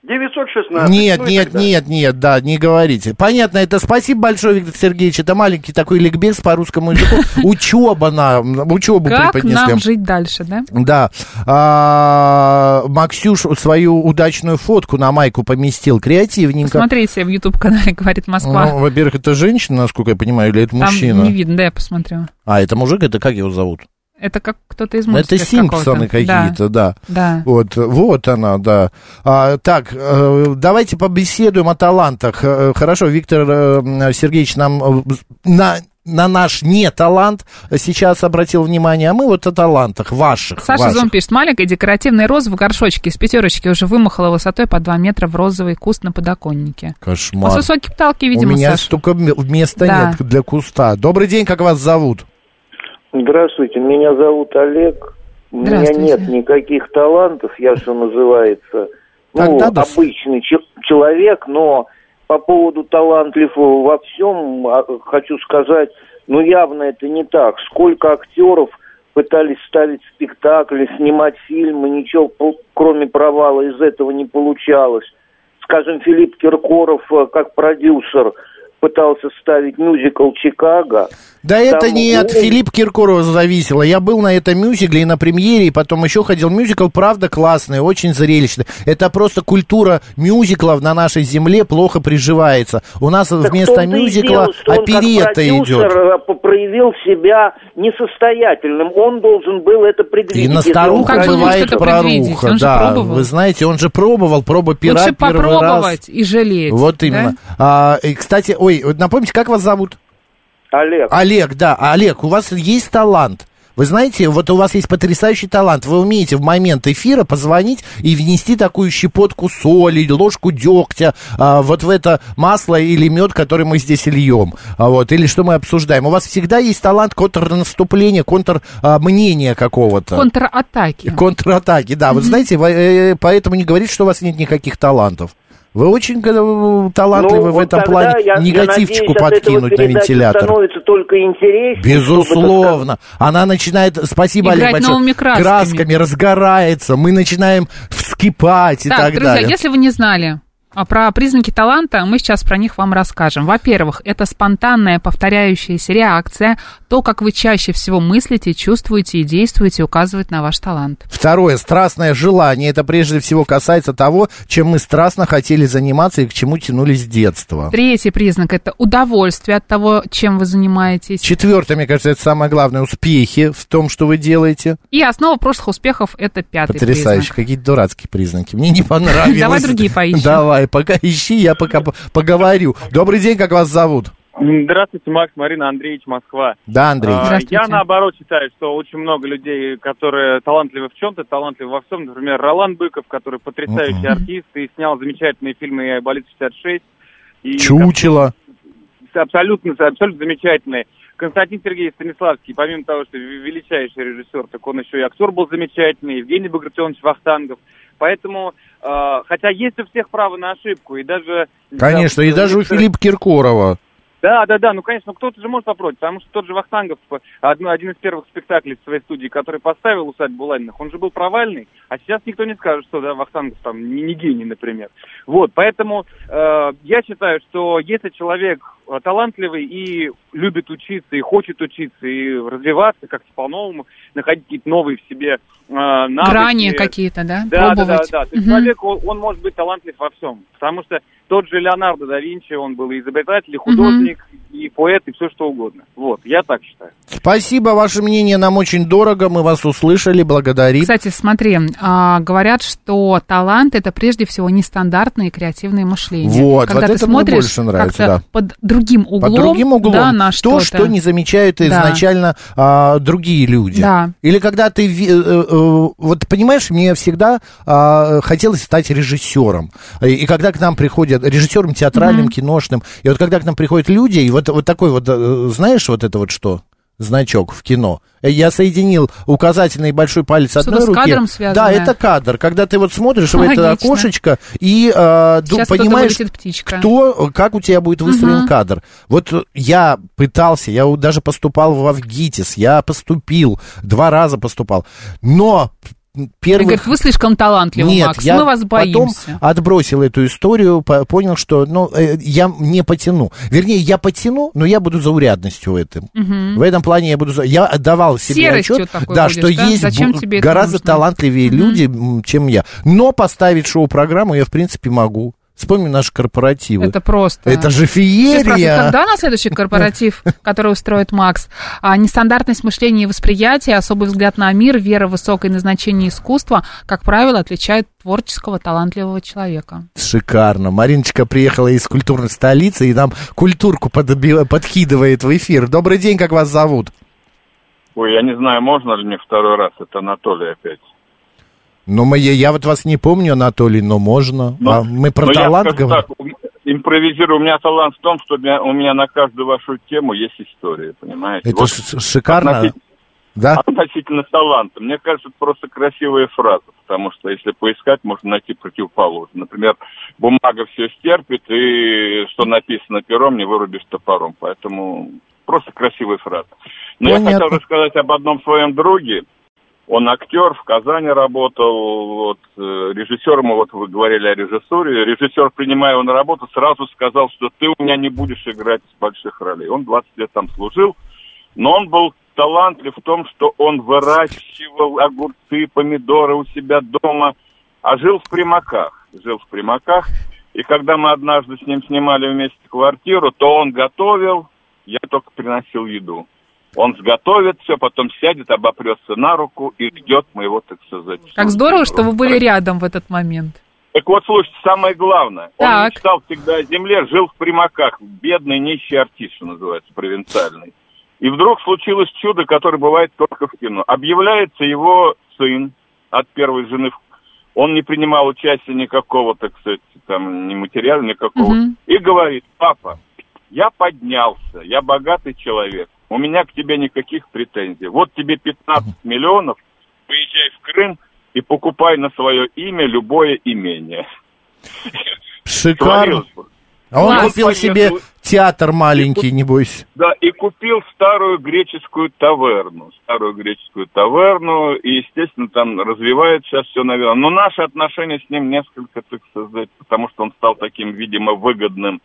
S5: 916.
S1: Нет,
S5: ну и
S1: нет,
S5: так далее.
S1: нет, нет, да, не говорите. Понятно, это спасибо большое, Виктор Сергеевич. Это маленький такой ликбез по русскому языку. Учеба нам, учебу
S2: Как
S1: преподнесли. Ну,
S2: нам жить дальше, да?
S1: Да. А, Максюш свою удачную фотку на майку поместил креативненько.
S2: Смотрите в YouTube-канале «Говорит
S1: Ну,
S2: Москва».
S1: во-первых, это женщина, насколько я понимаю, или это
S2: Там
S1: мужчина?
S2: не видно, да, я посмотрю.
S1: А, это мужик, это как его зовут?
S2: Это как кто-то из
S1: Ну, это
S2: мультиков
S1: Симпсоны
S2: какого-то. Да.
S1: какие-то, да.
S2: Да.
S1: Вот, вот она, да. А, так, э, давайте побеседуем о талантах. Э, Хорошо, Виктор э, Сергеевич нам э, на, на наш не талант сейчас обратил внимание, а мы вот о талантах ваших.
S2: Саша
S1: ваших.
S2: Зон пишет, маленькая декоративная роза в горшочке из пятерочки уже вымахала высотой по 2 метра в розовый куст на подоконнике. У
S1: Кошмар.
S2: вас высокие потолки, видимо,
S1: У меня
S2: Саша.
S1: столько м- места
S2: Да.
S1: нет для куста. Добрый день, как вас зовут?
S7: Здравствуйте, меня зовут Олег. У меня
S1: Здравствуйте.
S7: нет никаких талантов, я что называется, ну,
S1: Тогда до с-
S7: обычный че- человек, но по поводу талантлив во всем а, хочу сказать, ну явно это не так. Сколько актеров пытались ставить спектакли, снимать фильмы, ничего по- кроме провала из этого не получалось. Скажем, Филипп Киркоров э, как продюсер пытался ставить мюзикл «Чикаго».
S1: Да это
S7: Там,
S1: не от
S7: ну,
S1: Филиппа Киркорова зависело. Я был на этом мюзикле и на премьере, и потом еще ходил. Мюзикл, правда, классный, очень зрелищный. Это просто культура мюзиклов на нашей земле плохо приживается. У нас
S7: Так в
S1: вместо
S7: том-то и
S1: мюзикла
S7: дело, что он как
S1: оперетта идет.
S7: продюсер, э, по- проявил себя несостоятельным. Он должен был это
S1: И
S7: предвидеть.
S1: на
S7: Если он
S1: старуху
S7: продюсер,
S1: бывает
S2: что-то предвидеть?
S1: проруха.
S2: Он же
S1: Да,
S2: пробовал.
S1: вы знаете, он же пробовал, проба пера
S2: Лучше
S1: первый раз.
S2: попробовать и жалеть.
S1: Вот
S2: да?
S1: именно. А, и, кстати, ой, вот напомните, как вас зовут?
S7: Олег.
S1: Олег, да. Олег, у вас есть талант. Вы знаете, вот у вас есть потрясающий талант. Вы умеете в момент эфира позвонить и внести такую щепотку соли, ложку дегтя а, вот в это масло или мед, который мы здесь льем. А, вот, или что мы обсуждаем. У вас всегда есть талант контрнаступления, контрмнения какого-то.
S2: Контратаки.
S1: э, Контратаки, да. Вот знаете, вы, э, поэтому не говорите, что у вас нет никаких талантов. Вы очень э, талантливы
S8: Ну,
S1: в
S8: вот
S1: этом
S8: тогда
S1: плане
S8: я- я
S1: негативчику
S8: надеюсь, от этого
S1: подкинуть на
S8: передача
S1: вентилятор.
S8: становится только интереснее.
S1: Безусловно. Она начинает, спасибо, Олег,
S2: Играть
S1: большое,
S2: новыми красками.
S1: разгорается, мы начинаем вскипать и
S2: Так,
S1: так,
S2: друзья,
S1: далее.
S2: если вы не знали а, про признаки таланта, мы сейчас про них вам расскажем. Во-первых, это спонтанная повторяющаяся реакция, то, как вы чаще всего мыслите, чувствуете и действуете, указывает на ваш талант.
S1: Второе, страстное желание. Это прежде всего касается того, чем мы страстно хотели заниматься и к чему тянулись с детства.
S2: Третий признак – это удовольствие от того, чем вы занимаетесь.
S1: Четвертое, мне кажется, это самое главное, успехи в том, что вы делаете.
S2: И основа прошлых успехов – это пятый
S1: Потрясающе,
S2: А признак.
S1: какие дурацкие признаки. Мне не понравилось.
S2: Давай другие поищем.
S1: Давай, пока ищи, я пока по- поговорю. Добрый день, как вас зовут?
S9: Здравствуйте, Макс, Марина Андреевич, Москва.
S1: Да, Андрей.
S9: А,
S1: Здравствуйте.
S9: Я наоборот считаю, что очень много людей, которые талантливы в чем-то, талантливы во всем. Например, Ролан Быков, который потрясающий
S1: Мгм.
S9: артист и снял замечательные фильмы «Болит-66». И
S1: Чучело.
S9: как- Абсолютно, абсолютно замечательные. Константин Сергеевич Станиславский, помимо того, что ве- величайший режиссер, так он еще и актер был замечательный, Евгений Багратионович Вахтангов. Поэтому, э, хотя есть у всех право на ошибку, и даже...
S1: Конечно, и даже у Филиппа Киркорова.
S9: Да, да, да, ну, конечно, кто-то же может попробовать, потому что тот же Вахтангов, одно- один из первых спектаклей в своей студии, который поставил «Усадьбу Ланиных», он же был провальный, а сейчас никто не скажет, что да, Вахтангов там не, не гений, например. Вот, поэтому э, я считаю, что если человек э, талантливый и любит учиться, и хочет учиться, и развиваться как-то по-новому, находить какие-то
S7: ну,
S9: новые в себе э, навыки.
S2: Грани какие-то, да?
S9: Да, да, да,
S2: Пробовать.
S9: да. То есть
S2: Мгм.
S9: человек, он, он может быть талантлив во всем. Потому что тот же Леонардо да Винчи, он был и изобретатель, и художник, и поэт, и все что угодно. Вот, я так считаю.
S1: Спасибо, ваше мнение нам очень дорого, мы вас услышали, благодарим.
S2: Кстати, смотри, а, говорят, что талант это прежде всего нестандартное и креативное мышление.
S1: Вот,
S2: Когда
S1: вот
S2: ты
S1: это мне
S2: смотришь
S1: больше нравится,
S2: как-то
S1: да.
S2: под другим углом,
S1: Под другим углом.
S2: да, на
S1: то,
S2: что-то.
S1: что не замечают
S2: Да.
S1: изначально а, другие люди.
S2: Да.
S1: Или когда ты... ви- э, э, э, вот понимаешь, мне всегда а, хотелось стать режиссером. И, и когда к нам приходят... Режиссером театральным,
S10: Мгм.
S1: киношным. И вот когда к нам приходят люди, и вот, вот такой вот... э, Знаешь, вот это вот что? значок в кино. Э, Я соединил указательный и большой палец
S2: Что-то
S1: одной
S2: с
S1: руки.
S2: кадром
S1: Да,
S2: связанное.
S1: это кадр. Когда ты вот смотришь в это
S2: Логично.
S1: окошечко и э, ду-
S2: Сейчас кто-то
S1: понимаешь,
S2: вылетит, птичка.
S1: кто, как у тебя будет выстроен
S2: Мгм.
S1: кадр. Вот э, я пытался, я вот даже поступал в Авгитис, я поступил, два раза поступал, но
S2: Первый...
S1: первый...
S2: говорит, вы слишком талантливы,
S1: Нет,
S2: Макс,
S1: я
S2: мы вас
S1: потом
S2: боимся.
S1: отбросил эту историю, по- понял, что ну, э, я не потяну. Вернее, я потяну, но я буду заурядностью в этом.
S2: Мгм.
S1: В этом плане я буду... за- Я отдавал себе
S2: Серостью
S1: отчет,
S2: такой
S1: да,
S2: будешь,
S1: что
S2: да?
S1: есть
S2: Зачем
S1: бу-
S2: тебе это
S1: гораздо
S2: нужно?
S1: талантливее люди, м, чем я. Но поставить шоу-программу я, в принципе, могу. Вспомни наши корпоративы.
S2: Это просто.
S1: а, Это же
S2: Все
S1: феерия.
S2: спрашивают, когда на следующий корпоратив, который устроит Макс? А, нестандартность мышления и восприятия, особый взгляд на мир, вера в высокое назначение искусства, как правило, отличает творческого, талантливого человека.
S1: Шикарно. Мариночка приехала из культурной столицы и нам культурку подоби- подкидывает в эфир. Добрый день, как вас зовут?
S6: Ой, я не знаю, можно ли мне второй раз, это Анатолий опять.
S1: Ну, мы, я, я вот вас не помню, Анатолий, но можно. А мы про
S6: Но Ну, я
S1: талант
S6: скажу
S1: говорим.
S6: так, у- импровизирую. У меня талант в том, что у меня, у меня на каждую вашу тему есть история, понимаете?
S1: Это
S6: Вот
S1: ш- шикарно.
S6: относительно-
S1: Да?
S6: Относительно таланта. Мне кажется, это просто красивая фраза, потому что если поискать, можно найти противоположное. Например, бумага все стерпит, и что написано пером, не вырубишь топором. Поэтому просто красивая фраза. Но Ну, я
S1: Понятно.
S6: хотел рассказать об одном своем друге. Он актер, в Казани работал, вот, э, режиссером, мы вот вы говорили о режиссуре. Режиссер, принимая его на работу, сразу сказал, что ты у меня не будешь играть больших ролей. Он 20 лет там служил, но он был талантлив в том, что он выращивал огурцы, помидоры у себя дома, а жил в Примаках. Жил в Примаках. И когда мы однажды с ним снимали вместе квартиру, то он готовил, я только приносил еду. Он сготовит все, потом сядет, обопрется на руку и ждет моего, так сказать.
S2: Как здорово, что вы были рядом в этот момент.
S6: Так вот, слушайте, самое главное. Он
S2: Так.
S6: мечтал всегда о земле, жил в примаках. Бедный нищий артист, что называется, провинциальный. И вдруг случилось чудо, которое бывает только в кино. Объявляется его сын от первой жены. Он не принимал участия никакого, так сказать, там, ни материала, никакого.
S11: Мгм.
S6: И говорит, папа, я поднялся, я богатый человек, у меня к тебе никаких претензий. Вот тебе 15 миллионов, поезжай в Крым и покупай на свое имя любое имение.
S1: Шикарно.
S6: Свалилось бы.
S1: А он
S6: Класс.
S1: купил себе театр маленький, не бойся.
S6: Да, и купил старую греческую таверну. Старую греческую таверну. И, естественно, там развивает сейчас все, наверное. Но наши отношения с ним несколько, так сказать, потому что он стал таким, видимо, выгодным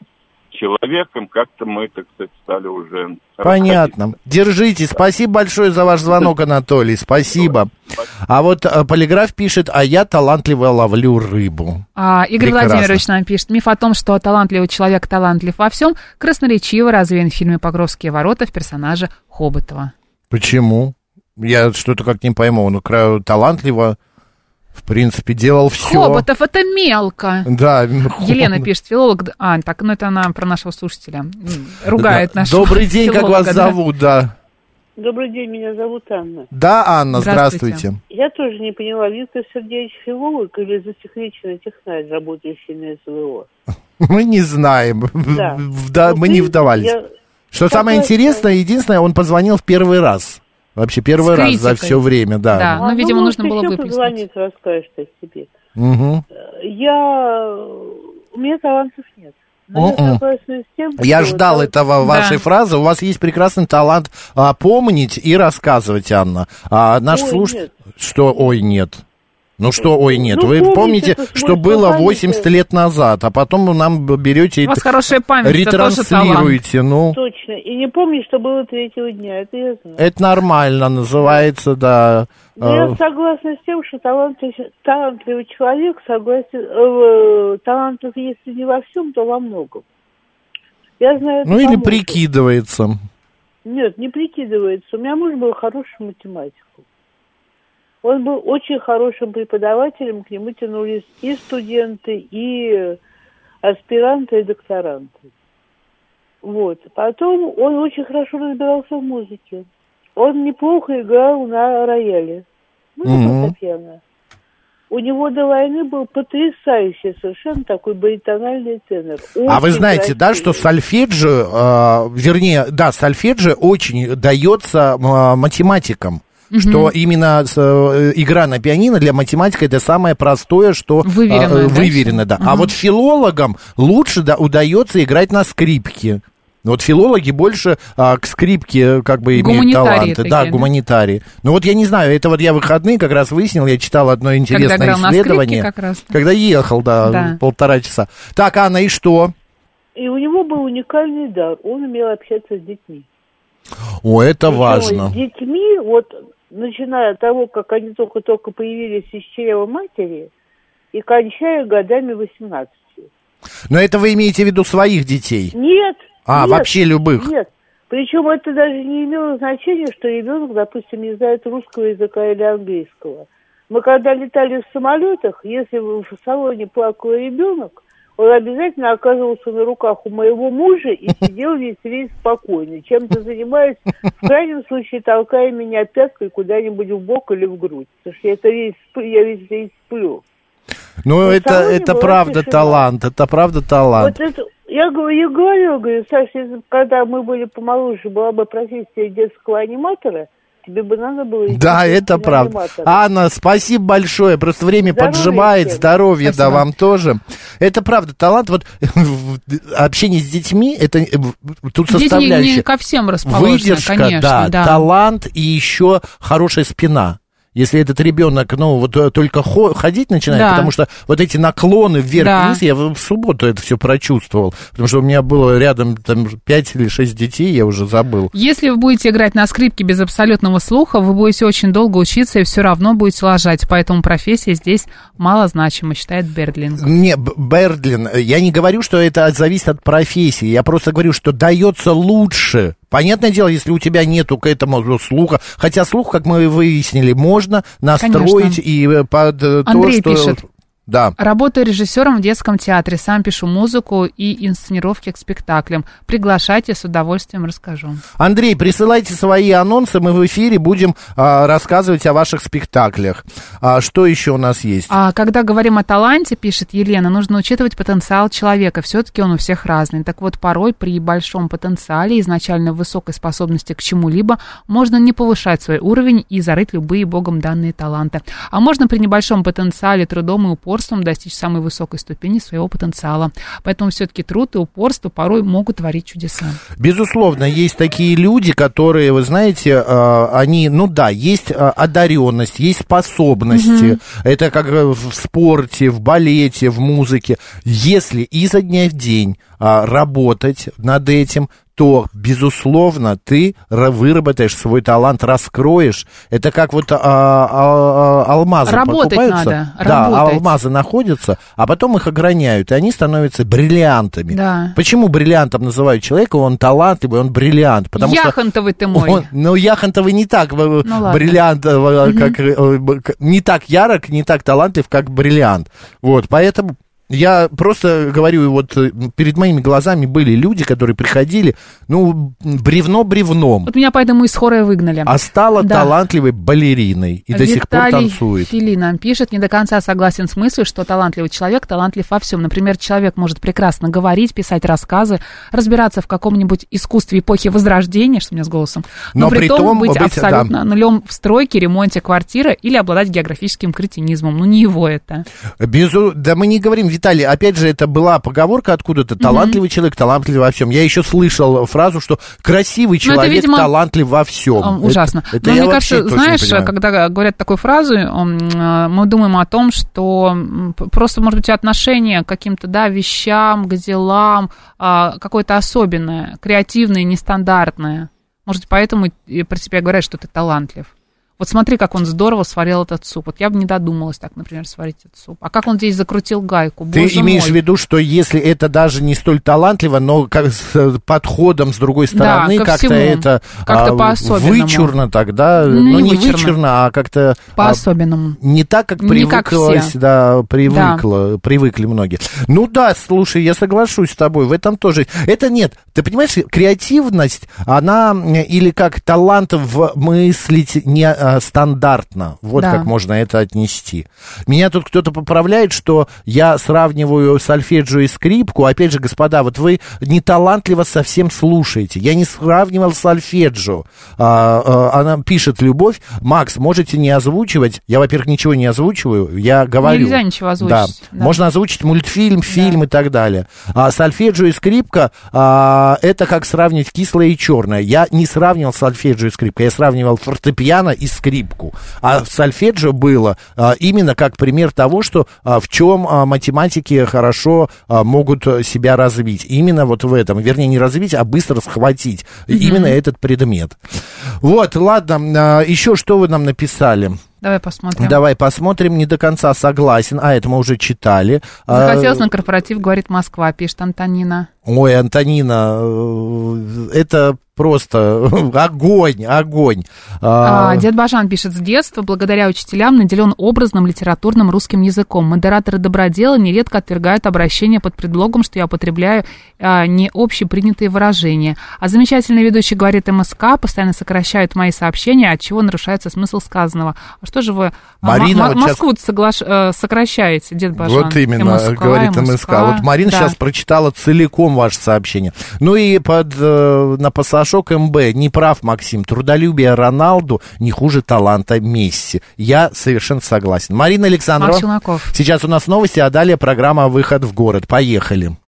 S6: человеком. Как-то мы, так сказать, стали уже...
S1: Понятно. Держите. Спасибо большое за ваш звонок, Анатолий. Спасибо. А вот э, полиграф пишет, а я талантливо ловлю рыбу.
S2: А, Игорь
S1: Прекрасно.
S2: Владимирович нам пишет. Миф о том, что талантливый человек талантлив во всем, красноречиво развеян в фильме «Покровские ворота» в персонаже Хоботова.
S1: Почему? Я что-то как не пойму. Он кра- талантливо, в принципе, делал все.
S2: Хоботов — это мелко.
S1: Да.
S2: Елена пишет, филолог... д- А, так, ну это она про нашего слушателя. М, Ругает
S1: Да.
S2: нашего
S1: Добрый день, как
S2: филолога,
S1: вас
S2: да.
S1: зовут, да.
S5: Добрый день, меня зовут Анна.
S1: Да, Анна, здравствуйте.
S5: Я тоже не поняла, Виктор Сергеевич филолог или засекреченный технарь, работающий на СВО?
S1: Мы не знаем.
S5: Да. Ну,
S1: Вда- А, Мы не вдавались.
S5: я-
S1: Что самое интересное, единственное, он первый критикой. раз. Вообще первый раз за все время, да.
S2: ну, видимо,
S5: может,
S2: нужно было
S5: еще
S2: выплеснуть.
S5: позвонит, расскажет о себе.
S1: Мгм.
S5: Я... У меня талантов нет. Но
S1: Мгм.
S5: я согласна с тем,
S1: Я
S5: что
S1: ждал
S5: талант-
S1: этого вашей фразы. У вас есть прекрасный талант а, помнить и рассказывать, Анна. А наш
S5: Ой,
S1: слушатель...
S5: нет.
S1: Что, ой, нет. Ну что, ой, нет.
S5: Ну,
S1: Вы
S5: помните,
S1: помните,
S5: это свойство
S1: что было
S5: памяти.
S1: 80 лет назад, а потом вы нам б- берете и
S2: У вас
S1: т-
S2: хорошая память, это тоже
S1: ретранслируете. Ну,
S5: Точно. И не помню, что было третьего дня. Это я знаю.
S1: это нормально называется, да.
S5: Но я
S1: Э,
S5: согласна с тем, что талантливый, талантливый человек согласен, э, талантов если не во всем, то во многом. Я знаю, это
S1: Ну или
S5: по мужу.
S1: прикидывается.
S5: Нет, не прикидывается. У меня муж был хорошим математиком. Он был очень хорошим преподавателем, к нему тянулись и студенты, и аспиранты, и докторанты. Вот. Потом он очень хорошо разбирался в музыке. Он неплохо играл на рояле. Ну,
S12: Мгм.
S5: не фортепиано. У него до войны был потрясающий совершенно такой баритональный тенор.
S1: А вы
S5: Очень
S1: знаете, да,
S5: красивый.
S1: что сольфеджио, э, вернее, да, сольфеджио очень дается э, математикам.
S2: Мгм.
S1: Что именно с, э, игра на пианино для математика это самое простое, что э,
S2: Выверенное, да,
S1: выверено, да. А вот филологам лучше да, удается играть на скрипке. Вот филологи больше а, к скрипке как бы имеют
S2: Гуманитарии
S1: таланты, да,
S2: такие, да?
S1: гуманитарии. Ну вот я не знаю, это вот я выходные как раз выяснил, я читал одно интересное
S2: играл на скрипке
S1: исследование,
S2: как раз.
S1: когда ехал, да,
S5: Да.
S1: полтора часа. Так, Анна, и что?
S5: И у него был уникальный дар. Он умел общаться с детьми.
S1: О, это
S5: Ой,
S1: важно.
S5: С детьми, вот начиная от того, как они только-только появились из чрева матери, и кончая годами 18.
S1: Но это вы имеете в виду своих детей?
S5: Нет.
S1: А,
S5: нет,
S1: вообще любых?
S5: Нет. Причем это даже не имело значения, что ребенок, допустим, не знает русского языка или английского. Мы когда летали в самолетах, если в салоне плакал ребенок, он обязательно оказывался на руках у моего мужа и сидел весь весь спокойно, чем-то занимаясь, в крайнем случае толкая меня пяткой куда-нибудь в бок или в грудь. Потому что я, это весь, сп- я весь, весь сплю.
S1: Ну, это,
S5: самого не
S1: это
S5: было
S1: правда
S5: тишина.
S1: талант, это правда талант.
S5: Вот это, я говорю, я говорю, говорю, Саша, если бы, когда мы были помоложе, была бы профессия детского аниматора, тебе бы надо было... идти
S1: Да,
S5: в
S1: это
S5: детский
S1: правда.
S5: аниматор.
S1: Анна, спасибо большое. Просто время
S5: Здоровья
S1: поджимает,
S5: всем.
S1: здоровье, да,
S5: Спасибо.
S1: вам тоже. Это правда, талант, вот в- общение с детьми, это э, в- тут
S2: Дети не- не,
S1: составляющая.
S2: ко всем расположены,
S1: Выдержка,
S2: конечно.
S1: да,
S2: да.
S1: талант и еще хорошая спина. Если этот ребенок, ну, вот э, только хо- ходить начинает,
S2: Да.
S1: потому что вот эти наклоны вверх-вниз,
S2: Да.
S1: я в в субботу это все прочувствовал, потому что у меня было рядом там 5 или 6 детей, я уже забыл.
S2: Если вы будете играть на скрипке без абсолютного слуха, вы будете очень долго учиться и все равно будете лажать. Поэтому профессия здесь малозначима, считает Бердлинг.
S1: Не, Б- Бердлин, э, я не говорю, что это от- зависит от профессии. Я просто говорю, что дается лучше. Понятное дело, если у тебя нету к этому ну, слуха. Хотя слух, как мы выяснили, можно
S2: Конечно.
S1: настроить и э, под э,
S2: Андрей
S1: то, что...
S2: пишет.
S1: Да.
S2: Работаю режиссером в детском театре, сам пишу музыку и инсценировки к спектаклям. Приглашайте, с удовольствием расскажу.
S1: Андрей, присылайте свои анонсы, мы в эфире будем а, рассказывать о ваших спектаклях. А, что еще у нас есть?
S2: А когда говорим о таланте, пишет Елена, нужно учитывать потенциал человека. Все-таки он у всех разный. Так вот, порой при большом потенциале, изначально высокой способности к чему-либо, можно не повышать свой уровень и зарыть любые богом данные таланты. А можно при небольшом потенциале, трудом и упорством упорством достичь самой высокой ступени своего потенциала. Поэтому все-таки труд и упорство порой могут творить чудеса.
S1: Безусловно, есть такие люди, которые, вы знаете, э, они, ну да, есть э, одаренность, есть способности.
S2: Мгм.
S1: Это как э, в спорте, в балете, в музыке. Если изо дня в день а, работать над этим, то, безусловно, ты ра- выработаешь свой талант, раскроешь. Это как вот а, а, а, алмазы
S2: Работать
S1: покупаются.
S2: надо,
S1: да,
S2: работать.
S1: алмазы находятся, а потом их ограняют, и они становятся бриллиантами.
S2: Да.
S1: Почему бриллиантом называют человека? Он талантливый, он бриллиант. Потому что
S2: Яхонтовый ты мой.
S1: он- ну, Яхонтовый не так э,
S2: Ну, ладно.
S1: бриллиант, э, э,
S2: Мгм.
S1: как, э, э, б- к- не так ярок, не так талантлив, как бриллиант. Вот, поэтому я просто говорю, вот э, перед моими глазами были люди, которые приходили, ну, бревно бревном,
S2: Вот меня поэтому из хора и выгнали.
S1: а стала
S2: Да.
S1: талантливой балериной и до сих пор
S2: Виталий
S1: танцует.
S2: Фили нам пишет, не до конца согласен с мыслью, что талантливый человек талантлив во всем. Например, человек может прекрасно говорить, писать рассказы, разбираться в каком-нибудь искусстве эпохи Возрождения, что у меня с голосом, но,
S1: Но
S2: при
S1: при
S2: том,
S1: том
S2: быть,
S1: быть,
S2: абсолютно
S1: да.
S2: нулем в стройке, ремонте квартиры или обладать географическим кретинизмом. Ну, не его это.
S1: Безу... Да мы не говорим, Виталий, опять же, это была поговорка откуда-то. Талантливый человек, талантливый во всем. Я еще слышал фразу, что красивый
S2: Ну, это,
S1: человек,
S2: видимо,
S1: талантлив во всем.
S2: Ам, Ужасно.
S1: Это, это
S2: Но
S1: я
S2: мне
S1: вообще
S2: кажется,
S1: точно не
S2: знаешь,
S1: понимаю.
S2: когда говорят такую фразу, ам, э, мы думаем о том, что м, п- просто, может быть, у тебя отношение к каким-то да, вещам, к делам, а, какое-то особенное, креативное, нестандартное. Может, поэтому и про тебя говорят, что ты талантлив. Вот смотри, как он здорово сварил этот суп. Вот я бы не додумалась так, например, сварить этот суп. А как он здесь закрутил гайку?
S1: Ты
S2: Боже
S1: имеешь
S2: мой.
S1: в виду, что если это даже не столь талантливо, но как с э, подходом с другой стороны
S2: ко
S1: как-то
S2: всему.
S1: это
S2: Как-то
S1: а,
S2: по-особенному.
S1: вычурно тогда,
S2: Ну,
S1: ну
S2: не
S1: не
S2: вычурно.
S1: вычурно, а как-то а,
S2: По-особенному.
S1: не так, как
S2: Не как
S1: привыклась,
S2: все.
S1: да, привыкла, привыкли многие. Ну да, слушай, я соглашусь с тобой, в этом тоже. Это нет, ты понимаешь, креативность, она м, или как талант в мыслить не а, стандартно, вот
S2: Да.
S1: как можно это отнести. Меня тут кто-то поправляет, что я сравниваю сольфеджио и скрипку. Опять же, господа, вот вы не талантливо совсем слушаете. Я не сравнивал сольфеджио. А, а, она пишет, Любовь, Макс, можете не озвучивать. Я, во-первых, ничего не озвучиваю, я говорю.
S2: Нельзя ничего озвучить,
S1: Да.
S2: да.
S1: Можно озвучить мультфильм, фильм и так далее. А сольфеджио и скрипка а, это как сравнить кислое и черное. Я не сравнивал сольфеджио и скрипку, я сравнивал фортепиано и скрипку. А сольфеджио было а, именно как пример того, что а, в чем а, математики хорошо а, могут а, себя развить. Именно вот в этом. Вернее, не развить, а быстро схватить именно этот предмет. Вот, ладно, еще что вы нам написали?
S2: Давай посмотрим.
S1: Давай посмотрим. Не до конца согласен. А, это мы уже читали. А,
S2: Захотелось на корпоратив, говорит Москва, пишет Антонина.
S1: Ой, Антонина, э, это просто огонь, огонь. А,
S2: А, Дед Бажан пишет, с детства, благодаря учителям, наделен образным литературным русским языком. Модераторы добродела нередко отвергают обращение под предлогом, что я употребляю а, не общепринятые выражения. А замечательный ведущий говорит МСК, постоянно сокращают мои сообщения, от чего нарушается смысл сказанного. А что же вы а, М-
S1: Марина
S2: М-
S1: вот щас-
S2: Москву соглаш- э, сокращаете, Дед Бажан?
S1: Вот именно, говорит МСК. Вот Марина
S2: Да.
S1: сейчас прочитала целиком ваше сообщение. Ну и под, э, на пасашок МБ. Не прав, Максим. Трудолюбие Роналду не хуже таланта Месси. Я совершенно согласен. Марина Александрова.
S2: Челноков.
S1: Сейчас у нас новости, а далее программа «Выход в город». Поехали.